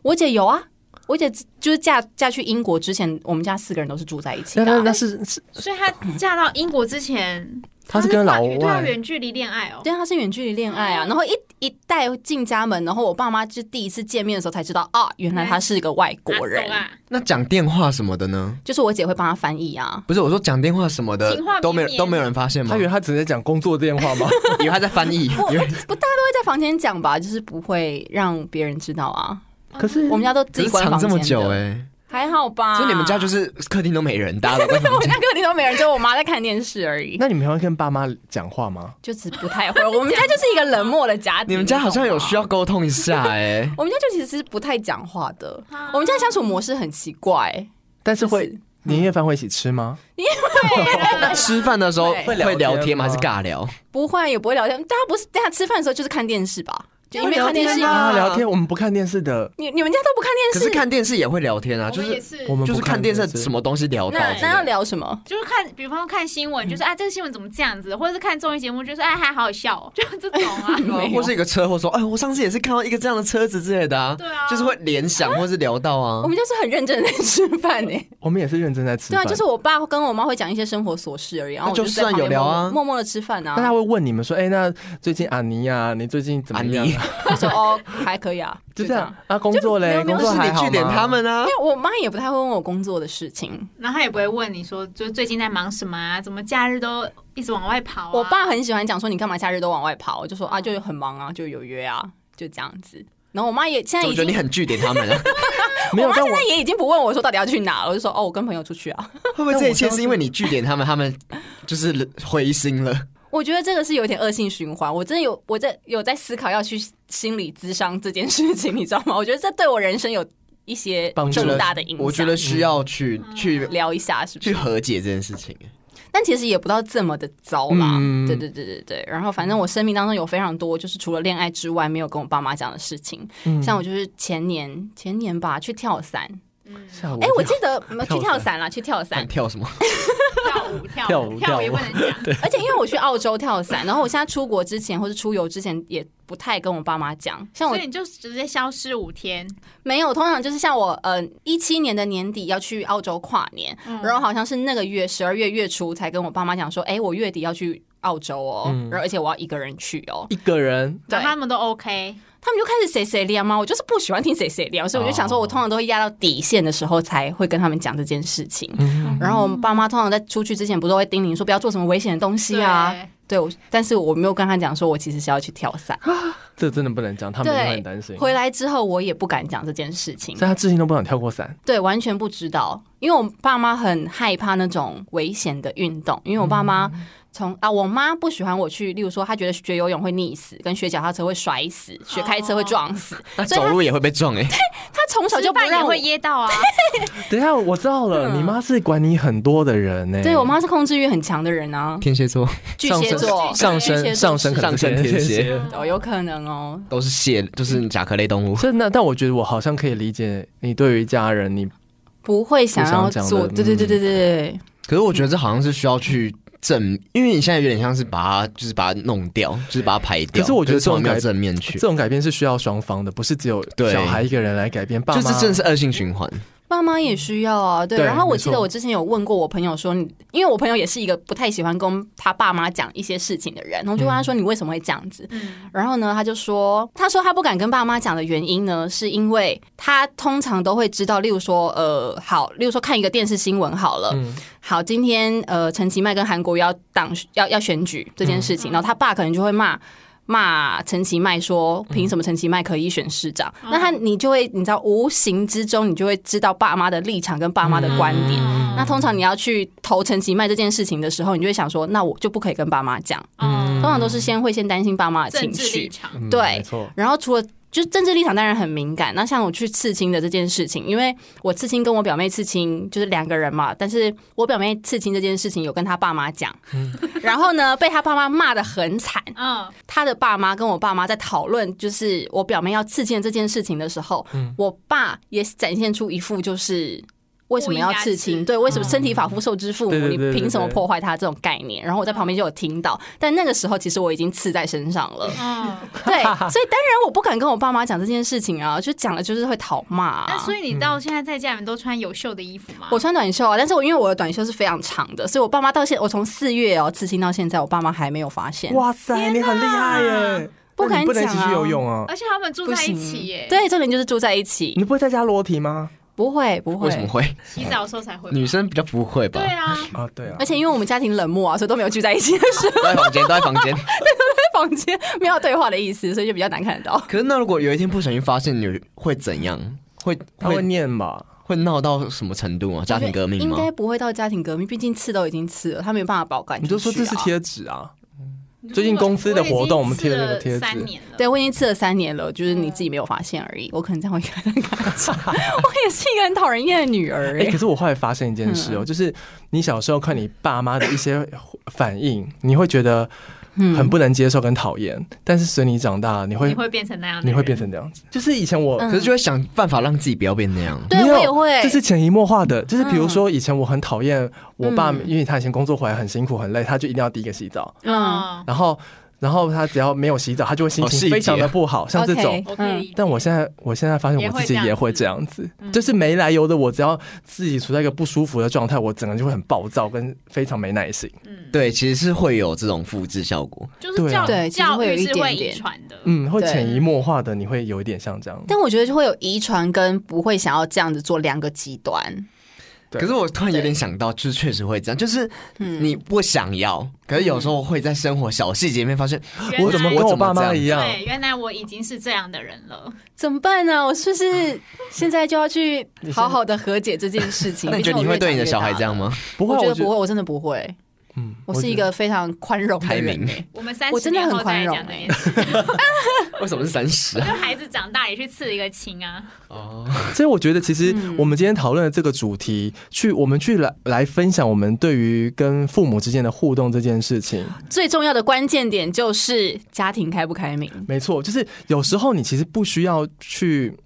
Speaker 4: 我姐有啊。我姐就是嫁嫁去英国之前，我们家四个人都是住在一起
Speaker 1: 那
Speaker 4: 的啊、
Speaker 1: 那那是是
Speaker 3: 所以她嫁到英国之前，
Speaker 1: 他是跟老
Speaker 3: 对啊，
Speaker 1: 外
Speaker 3: 远距离恋爱哦，
Speaker 4: 对，他是远距离恋
Speaker 3: 嗯
Speaker 4: 爱啊，然后一一带进家门，然后我爸妈就第一次见面的时候才知道啊，原来他是一个外国人，
Speaker 3: 啊懂啊
Speaker 2: 那讲电话什么的呢？
Speaker 4: 就是我姐会帮他翻译
Speaker 2: (laughs)
Speaker 4: 啊。
Speaker 2: 不是我说讲电话什么的
Speaker 3: 情话绵绵
Speaker 2: 都没有都没有人发现吗
Speaker 1: 他以？为他只是在讲工作电话吗？
Speaker 2: 以为他在翻译，
Speaker 4: 我
Speaker 2: 以为
Speaker 4: 不，大家都会在房间讲吧，就是不会让别人知道啊。
Speaker 1: 可是
Speaker 4: 我们家都自
Speaker 2: 可
Speaker 4: 己
Speaker 2: 是
Speaker 4: 关
Speaker 2: 藏
Speaker 4: 房
Speaker 2: 这
Speaker 4: 间
Speaker 2: 么
Speaker 4: 的，
Speaker 2: 久哎，
Speaker 4: 还好吧？
Speaker 2: 所以你们
Speaker 4: (laughs)
Speaker 2: 家就是客厅都没人，大家都关房
Speaker 4: 我 (laughs)
Speaker 2: 间
Speaker 4: 家客厅都没人，只有我妈在看电视而已，
Speaker 1: 那你们还会跟爸妈讲话吗？
Speaker 4: 就是不太会。我们家就是一个冷漠的家庭。
Speaker 2: 你们家好像有需
Speaker 4: 要。，
Speaker 2: 要沟通一下哎
Speaker 4: 我们家就其实是不太讲话的
Speaker 3: 啊，
Speaker 4: 我们家相处模式很奇怪、
Speaker 1: 但是会
Speaker 4: 就是嗯
Speaker 1: 年夜饭会一起吃吗？
Speaker 3: 啊
Speaker 2: 那吃饭的时候
Speaker 4: 会
Speaker 1: 会
Speaker 2: 会聊天吗？还
Speaker 1: 聊天吗
Speaker 2: 是尬聊？
Speaker 4: 不会，也不会聊天。大家不是大家吃饭的时候就是看电视吧？就一边看电视
Speaker 2: 是
Speaker 4: 一
Speaker 2: 要
Speaker 4: 边
Speaker 1: 啊，
Speaker 2: 啊
Speaker 1: 聊天，我们不看电视的，
Speaker 4: 你你们家都不看
Speaker 2: 可
Speaker 4: 电视？
Speaker 2: 是看电视也会聊天啊，
Speaker 3: 我
Speaker 2: 就
Speaker 3: 们也
Speaker 2: 是
Speaker 3: 是
Speaker 1: 我。们
Speaker 2: 就是
Speaker 1: 不看
Speaker 2: 看电视
Speaker 1: 视
Speaker 2: 什么东西聊到
Speaker 4: 那
Speaker 2: 之类
Speaker 4: 那要
Speaker 2: 的。
Speaker 4: 聊什么？
Speaker 3: 就是看，比方说看新
Speaker 2: 嗯
Speaker 3: 闻，就是啊，这个新闻怎么这样子，或者是看综艺节目，就说哎，还好好笑、哦， (laughs) 就这种啊。
Speaker 4: 没有
Speaker 2: 或是一个车祸，说哎，我上次也是看到一个这样的车子之类的啊，
Speaker 3: 对啊
Speaker 2: 就是会联想或是聊到啊
Speaker 4: 我。们就是很认真的在吃饭呢、
Speaker 2: (laughs)
Speaker 1: 我们也是认真在吃
Speaker 4: 对啊，
Speaker 1: 饭。
Speaker 4: 就是我爸跟我妈会讲一些生活琐事而已，然后我
Speaker 2: 那就
Speaker 4: 在旁边
Speaker 2: 算有聊啊
Speaker 4: 默默默默的吃饭
Speaker 2: (laughs)
Speaker 4: 啊
Speaker 1: 但。他会问你们说，哎，那最近阿尼呀，你最近怎么样
Speaker 2: 阿尼？啊
Speaker 4: 他说哦，还可以啊，
Speaker 1: 就这
Speaker 4: 就这
Speaker 1: 样
Speaker 4: 样。
Speaker 1: 啊，工作嘞，
Speaker 4: 就没
Speaker 1: 工
Speaker 4: 有
Speaker 1: 作
Speaker 2: 是
Speaker 1: 还
Speaker 2: 你
Speaker 1: 好
Speaker 2: 去点
Speaker 1: 吗
Speaker 2: 他们啊
Speaker 4: (laughs) 因，为我妈也不太会问我工作的事情，
Speaker 3: 然后他也不会问你说，就是最近在忙什么啊？怎么假日都一直往外跑、啊？
Speaker 4: 我爸很喜欢讲说你干嘛假日都往外跑，我就说啊就很忙啊，就有约啊，就这样子。然后我妈也现在
Speaker 2: 我
Speaker 4: 已
Speaker 2: 觉得
Speaker 4: 经
Speaker 2: 你很据点他们啊。
Speaker 1: 没
Speaker 4: 我
Speaker 1: 有，
Speaker 4: 妈
Speaker 1: 但
Speaker 4: 现
Speaker 1: 我
Speaker 4: 在也已经不问我说到底要去哪了，我就说哦，我跟朋友出去啊。
Speaker 2: 会不会这一切是因为你据点他们，他们就是灰心了？
Speaker 4: (laughs) 我觉得这个是有点恶性循环，我真的有我在有在思考要去心理咨商这件事情，你知道吗？我觉得这对我人生有一些
Speaker 1: 帮助
Speaker 4: 重大的影响。
Speaker 2: 我觉得需要去
Speaker 3: 嗯
Speaker 2: 去
Speaker 4: 聊一下是不
Speaker 2: 去
Speaker 4: 是？
Speaker 2: 和解这件事情。
Speaker 4: 但其实也不到这么的糟啦。
Speaker 1: 嗯
Speaker 4: 对对对对对。然后反正我生命当中有非常多，就是除了恋爱之外，没有跟我爸妈讲的事情。
Speaker 1: 嗯
Speaker 4: 像我就是前年前年吧去跳伞，
Speaker 3: 嗯
Speaker 1: 吓
Speaker 4: 哎、我
Speaker 1: 一跳
Speaker 4: 记得没有去
Speaker 1: 跳
Speaker 4: 跳伞啦，去跳伞
Speaker 2: 看。跳什么？
Speaker 3: 跳舞跳
Speaker 1: 跳舞
Speaker 3: 跳舞也
Speaker 1: 跳舞
Speaker 3: 不能讲，
Speaker 4: 而且因为我去澳洲跳伞，然后我现在出国之前或是出游之前也不太跟我爸妈讲，像我
Speaker 3: 所以你就直接消失五天。
Speaker 4: 没有，通常就是像我，呃，一七年的年底要去澳洲跨年，
Speaker 3: 嗯
Speaker 4: 然后好像是那个月十二月月初才跟我爸妈讲说，哎、我月底要去澳洲哦，然后而且我要一个人去哦，
Speaker 1: 一个人
Speaker 4: 对
Speaker 3: 然后他们都 OK，
Speaker 4: 他们就开始谁谁聊嘛，我就是不喜欢听谁谁聊，所以我就想说，我通常都会压到底线的时候才会跟他们讲这件事情。然后我爸妈通常在出去之前不是都会叮咛说不要做什么危险的东西啊，
Speaker 3: 对
Speaker 4: 对，我但是我没有跟他讲说我其实是要去跳伞。
Speaker 1: 这真的不能讲，他们也会很担心。所
Speaker 4: 回来之后我也不敢讲这件事情
Speaker 1: 以，他至今都不想跳过伞。
Speaker 4: 对，完全不知道，因为我爸妈很害怕那种危险的运动，因为我爸妈从啊，我妈不喜欢我去，例如说她觉得学游泳会溺死，跟学脚踏车会摔死，学开车会撞死，
Speaker 2: 那
Speaker 4: 所以
Speaker 2: 走
Speaker 4: 她
Speaker 2: 路也会被撞哎、
Speaker 4: 她从小就
Speaker 3: 吃
Speaker 4: 不
Speaker 3: 饭也
Speaker 4: 让我
Speaker 3: 会。噎到
Speaker 4: (laughs)
Speaker 3: 啊。
Speaker 1: 等一下，我知道了，
Speaker 4: 嗯
Speaker 1: 你妈是管你很多的人呢、
Speaker 4: 对我妈是控制欲很强的人啊，
Speaker 2: 天蝎座
Speaker 4: 巨蟹座，
Speaker 1: 上
Speaker 4: 巨蟹
Speaker 1: 身
Speaker 4: 座
Speaker 1: 上身可能是
Speaker 2: 上身天蝎
Speaker 4: 哦，有可能哦。
Speaker 2: 都是蟹，就是甲壳类
Speaker 1: (laughs)
Speaker 2: 动物。
Speaker 1: 是那，但我觉得我好像可以理解你对于家人，你
Speaker 4: 不会想要
Speaker 1: 不想讲
Speaker 4: 做，
Speaker 1: 的嗯
Speaker 4: 对对对对对
Speaker 2: 可是我觉得这好像是需要去正，因为你现在有点像是把它，就是把它弄掉，就是把它排
Speaker 1: 可
Speaker 2: 掉。
Speaker 1: 是我觉得这种
Speaker 2: 从来没有
Speaker 1: 改
Speaker 2: 正面去
Speaker 1: 这，种改变是需要双方的，不是只有
Speaker 2: 对
Speaker 1: 小孩一个人来改变。爸
Speaker 2: 就
Speaker 1: 妈
Speaker 2: 是真的是恶性循环。
Speaker 4: 爸妈也需要啊，对。
Speaker 1: 对
Speaker 4: 然后我
Speaker 1: 没
Speaker 4: 记
Speaker 1: 错
Speaker 4: 得我之前有问过我朋友说，你因为我朋友也是一个不太喜欢跟他爸妈讲一些事情的人，然后我就问他说你为什么会这样子？
Speaker 3: 嗯，
Speaker 4: 然后呢，他就说，他说他不敢跟爸妈讲的原因呢，是因为他通常都会知道，例如说，呃，好，例如说看一个电视新闻好了，
Speaker 1: 嗯
Speaker 4: 好，今天呃，陈其迈跟韩国瑜要党要要选举这件事情，
Speaker 3: 嗯
Speaker 4: 然后他爸可能就会骂。骂陈其迈说：“凭什么陈其迈可以选市长？”
Speaker 3: 嗯
Speaker 4: 那他你就会，你知道，无形之中你就会知道爸妈的立场跟爸妈的观点。
Speaker 3: 嗯
Speaker 4: 那通常你要去投陈其迈这件事情的时候，你就会想说：“那我就不可以跟爸妈讲。”
Speaker 3: 嗯
Speaker 4: 通常都是先会先担心爸妈的
Speaker 3: 政
Speaker 4: 情
Speaker 3: 治
Speaker 4: 绪
Speaker 3: 立，场，
Speaker 1: 嗯
Speaker 4: 对
Speaker 1: 没错，
Speaker 4: 然后除了就是政治立场当然很敏感，那像我去刺青的这件事情，因为我刺青跟我表妹刺青就是两个人嘛，但是我表妹刺青这件事情有跟她爸妈讲，
Speaker 1: 嗯
Speaker 4: 然后呢被她爸妈骂的很惨，
Speaker 3: 嗯，
Speaker 4: 她的爸妈跟我爸妈在讨论就是我表妹要刺青的这件事情的时候，
Speaker 1: 嗯
Speaker 4: 我爸也展现出一副就是。为什么要刺
Speaker 3: 不应该
Speaker 4: 青？
Speaker 3: 刺
Speaker 4: 对，为什么身体发肤受之父
Speaker 1: 嗯
Speaker 4: 母？
Speaker 1: 对对对对
Speaker 4: 你
Speaker 1: 对
Speaker 4: 凭什么破坏他这种概念？然后我在旁边就有听到，但那个时候其实我已经刺在身上了。
Speaker 3: 嗯，
Speaker 2: (laughs)
Speaker 4: 对，所以当然我不敢跟我爸妈讲这件事情啊，就讲了就是会讨骂、
Speaker 3: 那
Speaker 4: 啊。
Speaker 3: 所以你
Speaker 1: 嗯
Speaker 3: 到现在在家里面都穿有袖的衣服吗？
Speaker 4: 我穿短袖啊，但是我因为我的短袖是非常长的，所以我爸妈到现我从四月哦刺青到现在，我爸妈还没有发现。
Speaker 1: 哇塞，你很厉害耶！
Speaker 4: 不
Speaker 1: 那
Speaker 4: 敢
Speaker 1: 你不能一起
Speaker 4: 讲啊
Speaker 1: 去游泳啊？
Speaker 3: 而且他们住
Speaker 4: 不
Speaker 3: 在一
Speaker 4: 行
Speaker 3: 起耶，，
Speaker 4: 对，重点就是住在一起
Speaker 1: 你，不会在家裸体吗？
Speaker 4: 不会不会。
Speaker 2: 为什么会？
Speaker 3: 洗澡的时候才会吧。
Speaker 2: 女生比较不会吧
Speaker 3: 对？啊，
Speaker 1: 啊，对啊
Speaker 4: 而，且因为我们家庭冷漠啊，所以都没有聚在一起，是
Speaker 2: 都在房间，都在房间。
Speaker 4: 房间没有对话的意思，所以就比较难看得到。
Speaker 2: 可是那如果有一天不小心发现，你会怎样？会
Speaker 1: 他会
Speaker 2: 会
Speaker 1: 念吧？
Speaker 2: 会闹到什么程度啊？家庭革命
Speaker 4: 应
Speaker 2: 吗？
Speaker 4: 该不会到家庭革命，毕竟刺都已经刺了，他没有办法保管、
Speaker 1: 你就说这是
Speaker 4: 贴。
Speaker 1: 贴纸啊？最近公司的活动我们贴了那个贴纸
Speaker 3: 我已经吃了三年了，
Speaker 4: 对，我已经吃了三年了，就是你自己没有发现而已。我可能这样会感觉，我也是一个很讨人厌的女儿、
Speaker 1: 哎、
Speaker 4: 欸
Speaker 1: 可是我后来发现一件事
Speaker 4: 嗯
Speaker 1: 哦、就是你小时候看你爸妈的一些反应，你会觉得
Speaker 4: 嗯
Speaker 1: 很不能接受跟讨厌，但是随你长大，你
Speaker 3: 你
Speaker 1: 会
Speaker 3: 会变成那样的人，
Speaker 1: 你会变成这样子。就是以前我，
Speaker 4: 嗯
Speaker 2: 可是就会想办法让自己不要变那样。
Speaker 4: 对
Speaker 1: 没有
Speaker 4: 我也会
Speaker 1: 这是潜移默化的。就是比如
Speaker 4: 嗯
Speaker 1: 说，以前我很讨厌我爸，
Speaker 4: 嗯
Speaker 1: 因为他以前工作回来很辛苦很累，他就一定要第一个洗澡，
Speaker 4: 嗯，
Speaker 3: 嗯，
Speaker 1: 然后然后他只要没有洗澡，他就会心
Speaker 2: 哦细
Speaker 1: 情
Speaker 2: 节
Speaker 1: 非常的不好，像这种。
Speaker 4: OK
Speaker 3: 我可以理解。
Speaker 1: 但我现在，我现在发现
Speaker 3: 也
Speaker 1: 我
Speaker 3: 会
Speaker 1: 自己
Speaker 3: 这样
Speaker 1: 也会
Speaker 3: 子
Speaker 1: 这样子，
Speaker 4: 嗯
Speaker 1: 就是没来由的，我只要自己处在一个不舒服的状态，我整个就会很暴躁，跟非常没耐心。
Speaker 3: 嗯，
Speaker 2: 对，其实是会有这种复制效果。
Speaker 3: 就是教
Speaker 4: 对啊
Speaker 3: 教育
Speaker 4: 对其
Speaker 3: 是
Speaker 4: 实会有
Speaker 3: 会
Speaker 4: 一点点
Speaker 3: 遗传的，
Speaker 1: 嗯，会
Speaker 4: 对
Speaker 1: 潜移默化的，你会有一点像这样。
Speaker 4: 但我觉得就会有遗传跟不会想要这样子做两个极端。
Speaker 1: 对
Speaker 2: 可是我突然有点想到，就是确实会这样，就是
Speaker 4: 嗯
Speaker 2: 你不想要，可是有时候会在生活小细节里面发
Speaker 4: 嗯
Speaker 2: 现，
Speaker 3: 原
Speaker 1: 我怎么
Speaker 3: 来
Speaker 1: 跟我爸妈一样？
Speaker 3: 对，原来我已经是这样的人了。
Speaker 4: 怎么办呢、我是不是现在就要去好好的和解这件事情？
Speaker 2: (laughs) 那你觉得你会对你的小孩这样吗？
Speaker 1: 不
Speaker 4: 毕
Speaker 1: 会
Speaker 4: 竟
Speaker 1: 啊，我
Speaker 4: 我越长越大了？我觉得不会，我真的不会。
Speaker 1: 嗯，
Speaker 4: 我是一个非常宽容的
Speaker 2: 开
Speaker 4: 人
Speaker 2: 明、
Speaker 4: 欸。
Speaker 3: 我们三
Speaker 4: 我
Speaker 3: 十
Speaker 4: 真的
Speaker 3: 年
Speaker 4: 很
Speaker 3: 后再来
Speaker 4: 宽容
Speaker 3: 讲这
Speaker 4: 欸
Speaker 3: 件事，
Speaker 2: 为什么是三十啊？
Speaker 3: 就孩子长大也去刺一个青啊。
Speaker 2: 哦，
Speaker 1: 所以我觉得，其实我们今天讨论的这个主题，去我们去来来分享我们对于跟父母之间的互动这件事情，
Speaker 4: 最重要的关键点就是家庭开不开明。
Speaker 1: 没错，就是有时候你其实不需要去，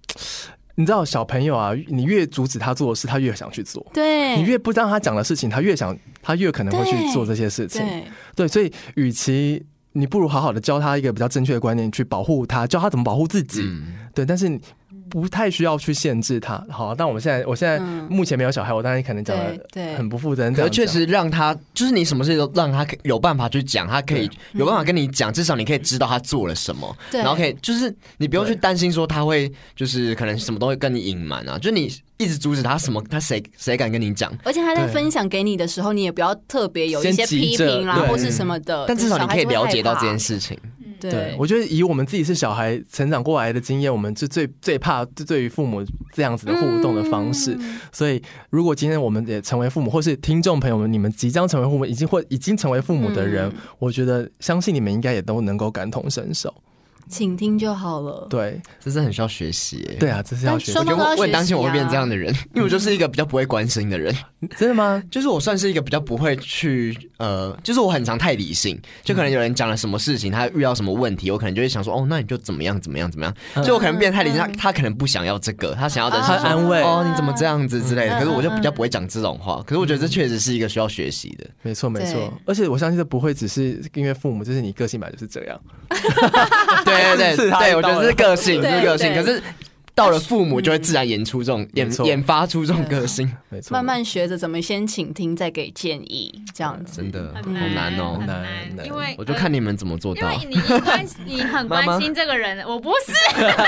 Speaker 1: 你知道小朋友啊，你越阻止他做的事，他越想去做。
Speaker 4: 对，
Speaker 1: 你越不让他讲的事情，他越想，他越可能会去做这些事情。
Speaker 4: 对，
Speaker 1: 对，所以与其你不如好好的教他一个比较正确的观念，去保护他，教他怎么保护自己。
Speaker 2: 嗯，
Speaker 1: 对，但是你不太需要去限制他。好，但我们现在，我现在
Speaker 4: 嗯
Speaker 1: 目前没有小孩，我当然可能讲
Speaker 4: 对对
Speaker 1: 的很不负责任。
Speaker 2: 嗯可是
Speaker 1: 这
Speaker 2: 确
Speaker 1: 样讲
Speaker 2: 实让他，就是你什么事情都让他可以有办法去讲，他可以有办法跟你讲，至少你可以知道他做了什么，
Speaker 4: 对
Speaker 2: 然后可以就是你不用去担心说他会就是可能什么东西跟你隐瞒啊，就是你一直阻止他什么，他谁谁敢跟你讲？
Speaker 4: 而且他在
Speaker 1: 对
Speaker 4: 分享给你的时候，你也不要特别有一些
Speaker 1: 先急
Speaker 4: 批
Speaker 1: 着
Speaker 4: 评啦
Speaker 1: 对
Speaker 4: 或是什么的，
Speaker 2: 但至少你可以了解到这件
Speaker 4: 事。
Speaker 2: 事情。
Speaker 3: 嗯，
Speaker 1: 对，我觉得以我们自己是小孩成长过来的经验，我们是最最怕对于父母这样子的互动的方式。
Speaker 4: 嗯
Speaker 1: 所以，如果今天我们也成为父母，或是听众朋友们，你们即将成为父母，已经或已经成为父母的人，
Speaker 4: 嗯
Speaker 1: 我觉得相信你们应该也都能够感同身受。
Speaker 4: 请听就好了。
Speaker 1: 对，
Speaker 2: 这是很需要学习耶。
Speaker 1: 对啊，这是要学习
Speaker 4: 但
Speaker 2: 我
Speaker 4: 说
Speaker 2: 觉得
Speaker 4: 都要
Speaker 2: 我我很
Speaker 4: 学
Speaker 2: 担
Speaker 4: 习
Speaker 2: 心我会变
Speaker 4: 啊
Speaker 2: 这样的人，因为我就是一个比较不会关心的人，
Speaker 1: (laughs) 真的吗？
Speaker 2: 就是我算是一个比较不会去呃，就是我很常太理性，就可能有人讲了什么事情，他遇到什么问题，我可能就会想说，哦，那你就怎么样怎么样怎么样，就我可能变得太理性，他他可能不想要这个，他想要的是
Speaker 1: 嗯他
Speaker 2: 说
Speaker 1: 安慰
Speaker 2: 哦，你怎么这样子之类
Speaker 4: 嗯
Speaker 2: 的，可是我就比较不会讲这种话，可是我觉得这
Speaker 1: 嗯
Speaker 2: 确实是一个需要学习
Speaker 1: (laughs)
Speaker 2: 的，
Speaker 1: 没错，没
Speaker 4: 对
Speaker 1: 错。而且我相信这不会只是因为父母，就是你个性本来就是这样。
Speaker 2: 对对
Speaker 1: 刺
Speaker 2: 对，
Speaker 1: 他一
Speaker 2: 对
Speaker 1: 刀嗯
Speaker 2: 我觉得这是个性，
Speaker 4: 对
Speaker 2: 这是个性，
Speaker 4: 对
Speaker 2: 可是。到了父母就会自然演出这种演
Speaker 1: 没错嗯
Speaker 2: 演发出这种个性，
Speaker 1: 没错，
Speaker 4: 慢慢学着怎么先倾听，再给建议，这样子。
Speaker 2: 真的好
Speaker 3: 很难
Speaker 2: 难哦
Speaker 3: 很。
Speaker 1: 很难
Speaker 3: 因为呃
Speaker 2: 我就看你们怎么做
Speaker 3: 因
Speaker 2: 到
Speaker 3: 为，你关心你很
Speaker 2: 妈妈
Speaker 3: 关心这个人，我不是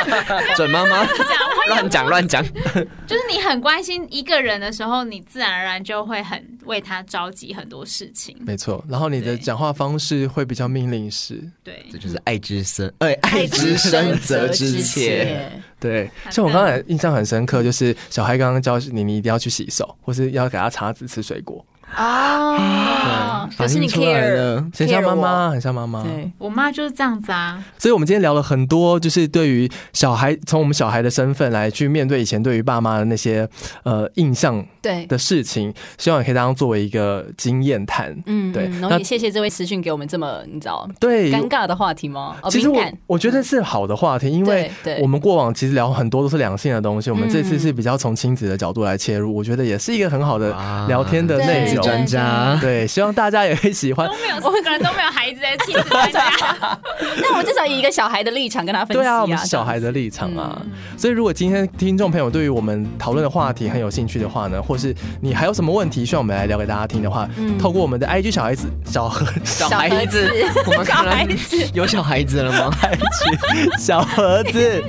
Speaker 3: (laughs)
Speaker 2: 准妈
Speaker 3: 讲
Speaker 2: 妈
Speaker 3: 话，
Speaker 2: 乱讲乱讲，
Speaker 3: 就是你很关心一个人的时候，你自然而然就会很为他着急很多事情。
Speaker 1: 没错。然后你的
Speaker 3: 对
Speaker 1: 讲话方式会比较命令式。
Speaker 3: 对，
Speaker 2: 这就是爱之深，哎，爱之深则之切。，
Speaker 1: 对，
Speaker 3: 好
Speaker 1: 像我
Speaker 3: 的
Speaker 1: 刚才印象很深刻，就是小孩刚刚教你，你一定要去洗手，或是要给他叉子吃水果。
Speaker 4: 啊，可是你 care，
Speaker 2: 了，
Speaker 1: 很像
Speaker 4: care
Speaker 1: 妈
Speaker 4: 我
Speaker 1: 妈，嗯很像妈妈。
Speaker 4: 对，
Speaker 3: 我妈就是这样子啊。
Speaker 1: 所以，我们今天聊了很多，就是对于小孩，从我们小孩的身份来去面对以前对于爸妈的那些呃印象
Speaker 4: 对，
Speaker 1: 的事情，希望也可以当作为一个经验谈。
Speaker 4: 嗯，
Speaker 1: 对
Speaker 4: 嗯然后
Speaker 1: 那
Speaker 4: 也谢谢这位私讯给我们这么你知道
Speaker 1: 对，
Speaker 4: 尴尬的话题吗？哦，
Speaker 1: 其实
Speaker 4: 敏
Speaker 1: 我
Speaker 4: 感
Speaker 1: 我觉得是好的话题，因为
Speaker 4: 对对嗯
Speaker 1: 我们过往其实聊很多都是两性的东西，我们这次是比较从亲子的角度来切入，我觉得也是一个很好的
Speaker 2: 哇
Speaker 1: 聊天的内
Speaker 4: 对
Speaker 1: 容。
Speaker 2: 专家，
Speaker 1: 对，希望大家也会喜欢
Speaker 4: (laughs)
Speaker 3: 都。没有四个人都没有孩子在亲子在 (laughs) 家，
Speaker 4: 那我至少以一个小孩的立场跟他分析
Speaker 1: 对啊，我
Speaker 4: 这
Speaker 1: 们
Speaker 4: 样
Speaker 1: 是
Speaker 4: 子嗯
Speaker 1: 小孩的立场啊，所以如果今天听众朋友对于我们讨论的话题很有兴趣的话呢，或是你还有什么问题需要我们来聊给大家听的话，
Speaker 4: 嗯
Speaker 1: 透过我们的 IG 小孩子小盒
Speaker 2: 小孩子，我们小孩子有小孩子了吗？
Speaker 1: 小盒
Speaker 4: (laughs)
Speaker 1: 子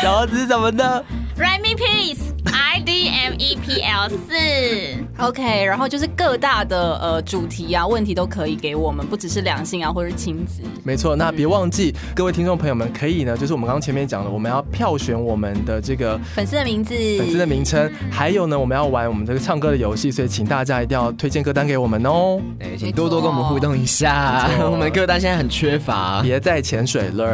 Speaker 1: 小盒子是什么呢？
Speaker 3: (laughs) Write me please I D M E P L 四。
Speaker 4: OK，然后就是各大的呃主题啊、问题都可以给我们，不只是两性啊，或者是亲子。
Speaker 1: 没错，那别忘记各位听众朋友们，可以呢，就是我们刚刚前面讲的，我们要票选我们的这个
Speaker 4: 粉丝的名字，
Speaker 1: 粉丝的名称，还有呢，我们要玩我们这个唱歌的游戏，所以请大家一定要推荐歌单给我们
Speaker 2: (laughs)
Speaker 1: 哦，
Speaker 2: 哎，请多多跟我们互动一下，
Speaker 1: 没错
Speaker 2: 我们歌单现在很缺乏，
Speaker 1: 别再潜水了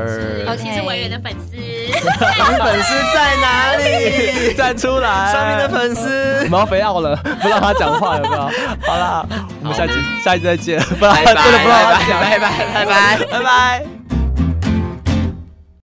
Speaker 3: 尤
Speaker 4: OK，
Speaker 1: (laughs)
Speaker 3: 其是委员的粉丝，
Speaker 2: 我们哎粉丝在哪里？
Speaker 1: 站出来，
Speaker 2: 哎 (laughs) 上面的粉丝，
Speaker 1: 毛肥要了，不让他讲话了，不要。好啦，我们下期下期再见，不然
Speaker 2: 拜
Speaker 1: 真
Speaker 2: 拜
Speaker 1: 的不让他讲，
Speaker 2: 拜拜拜拜拜拜。
Speaker 1: 拜拜。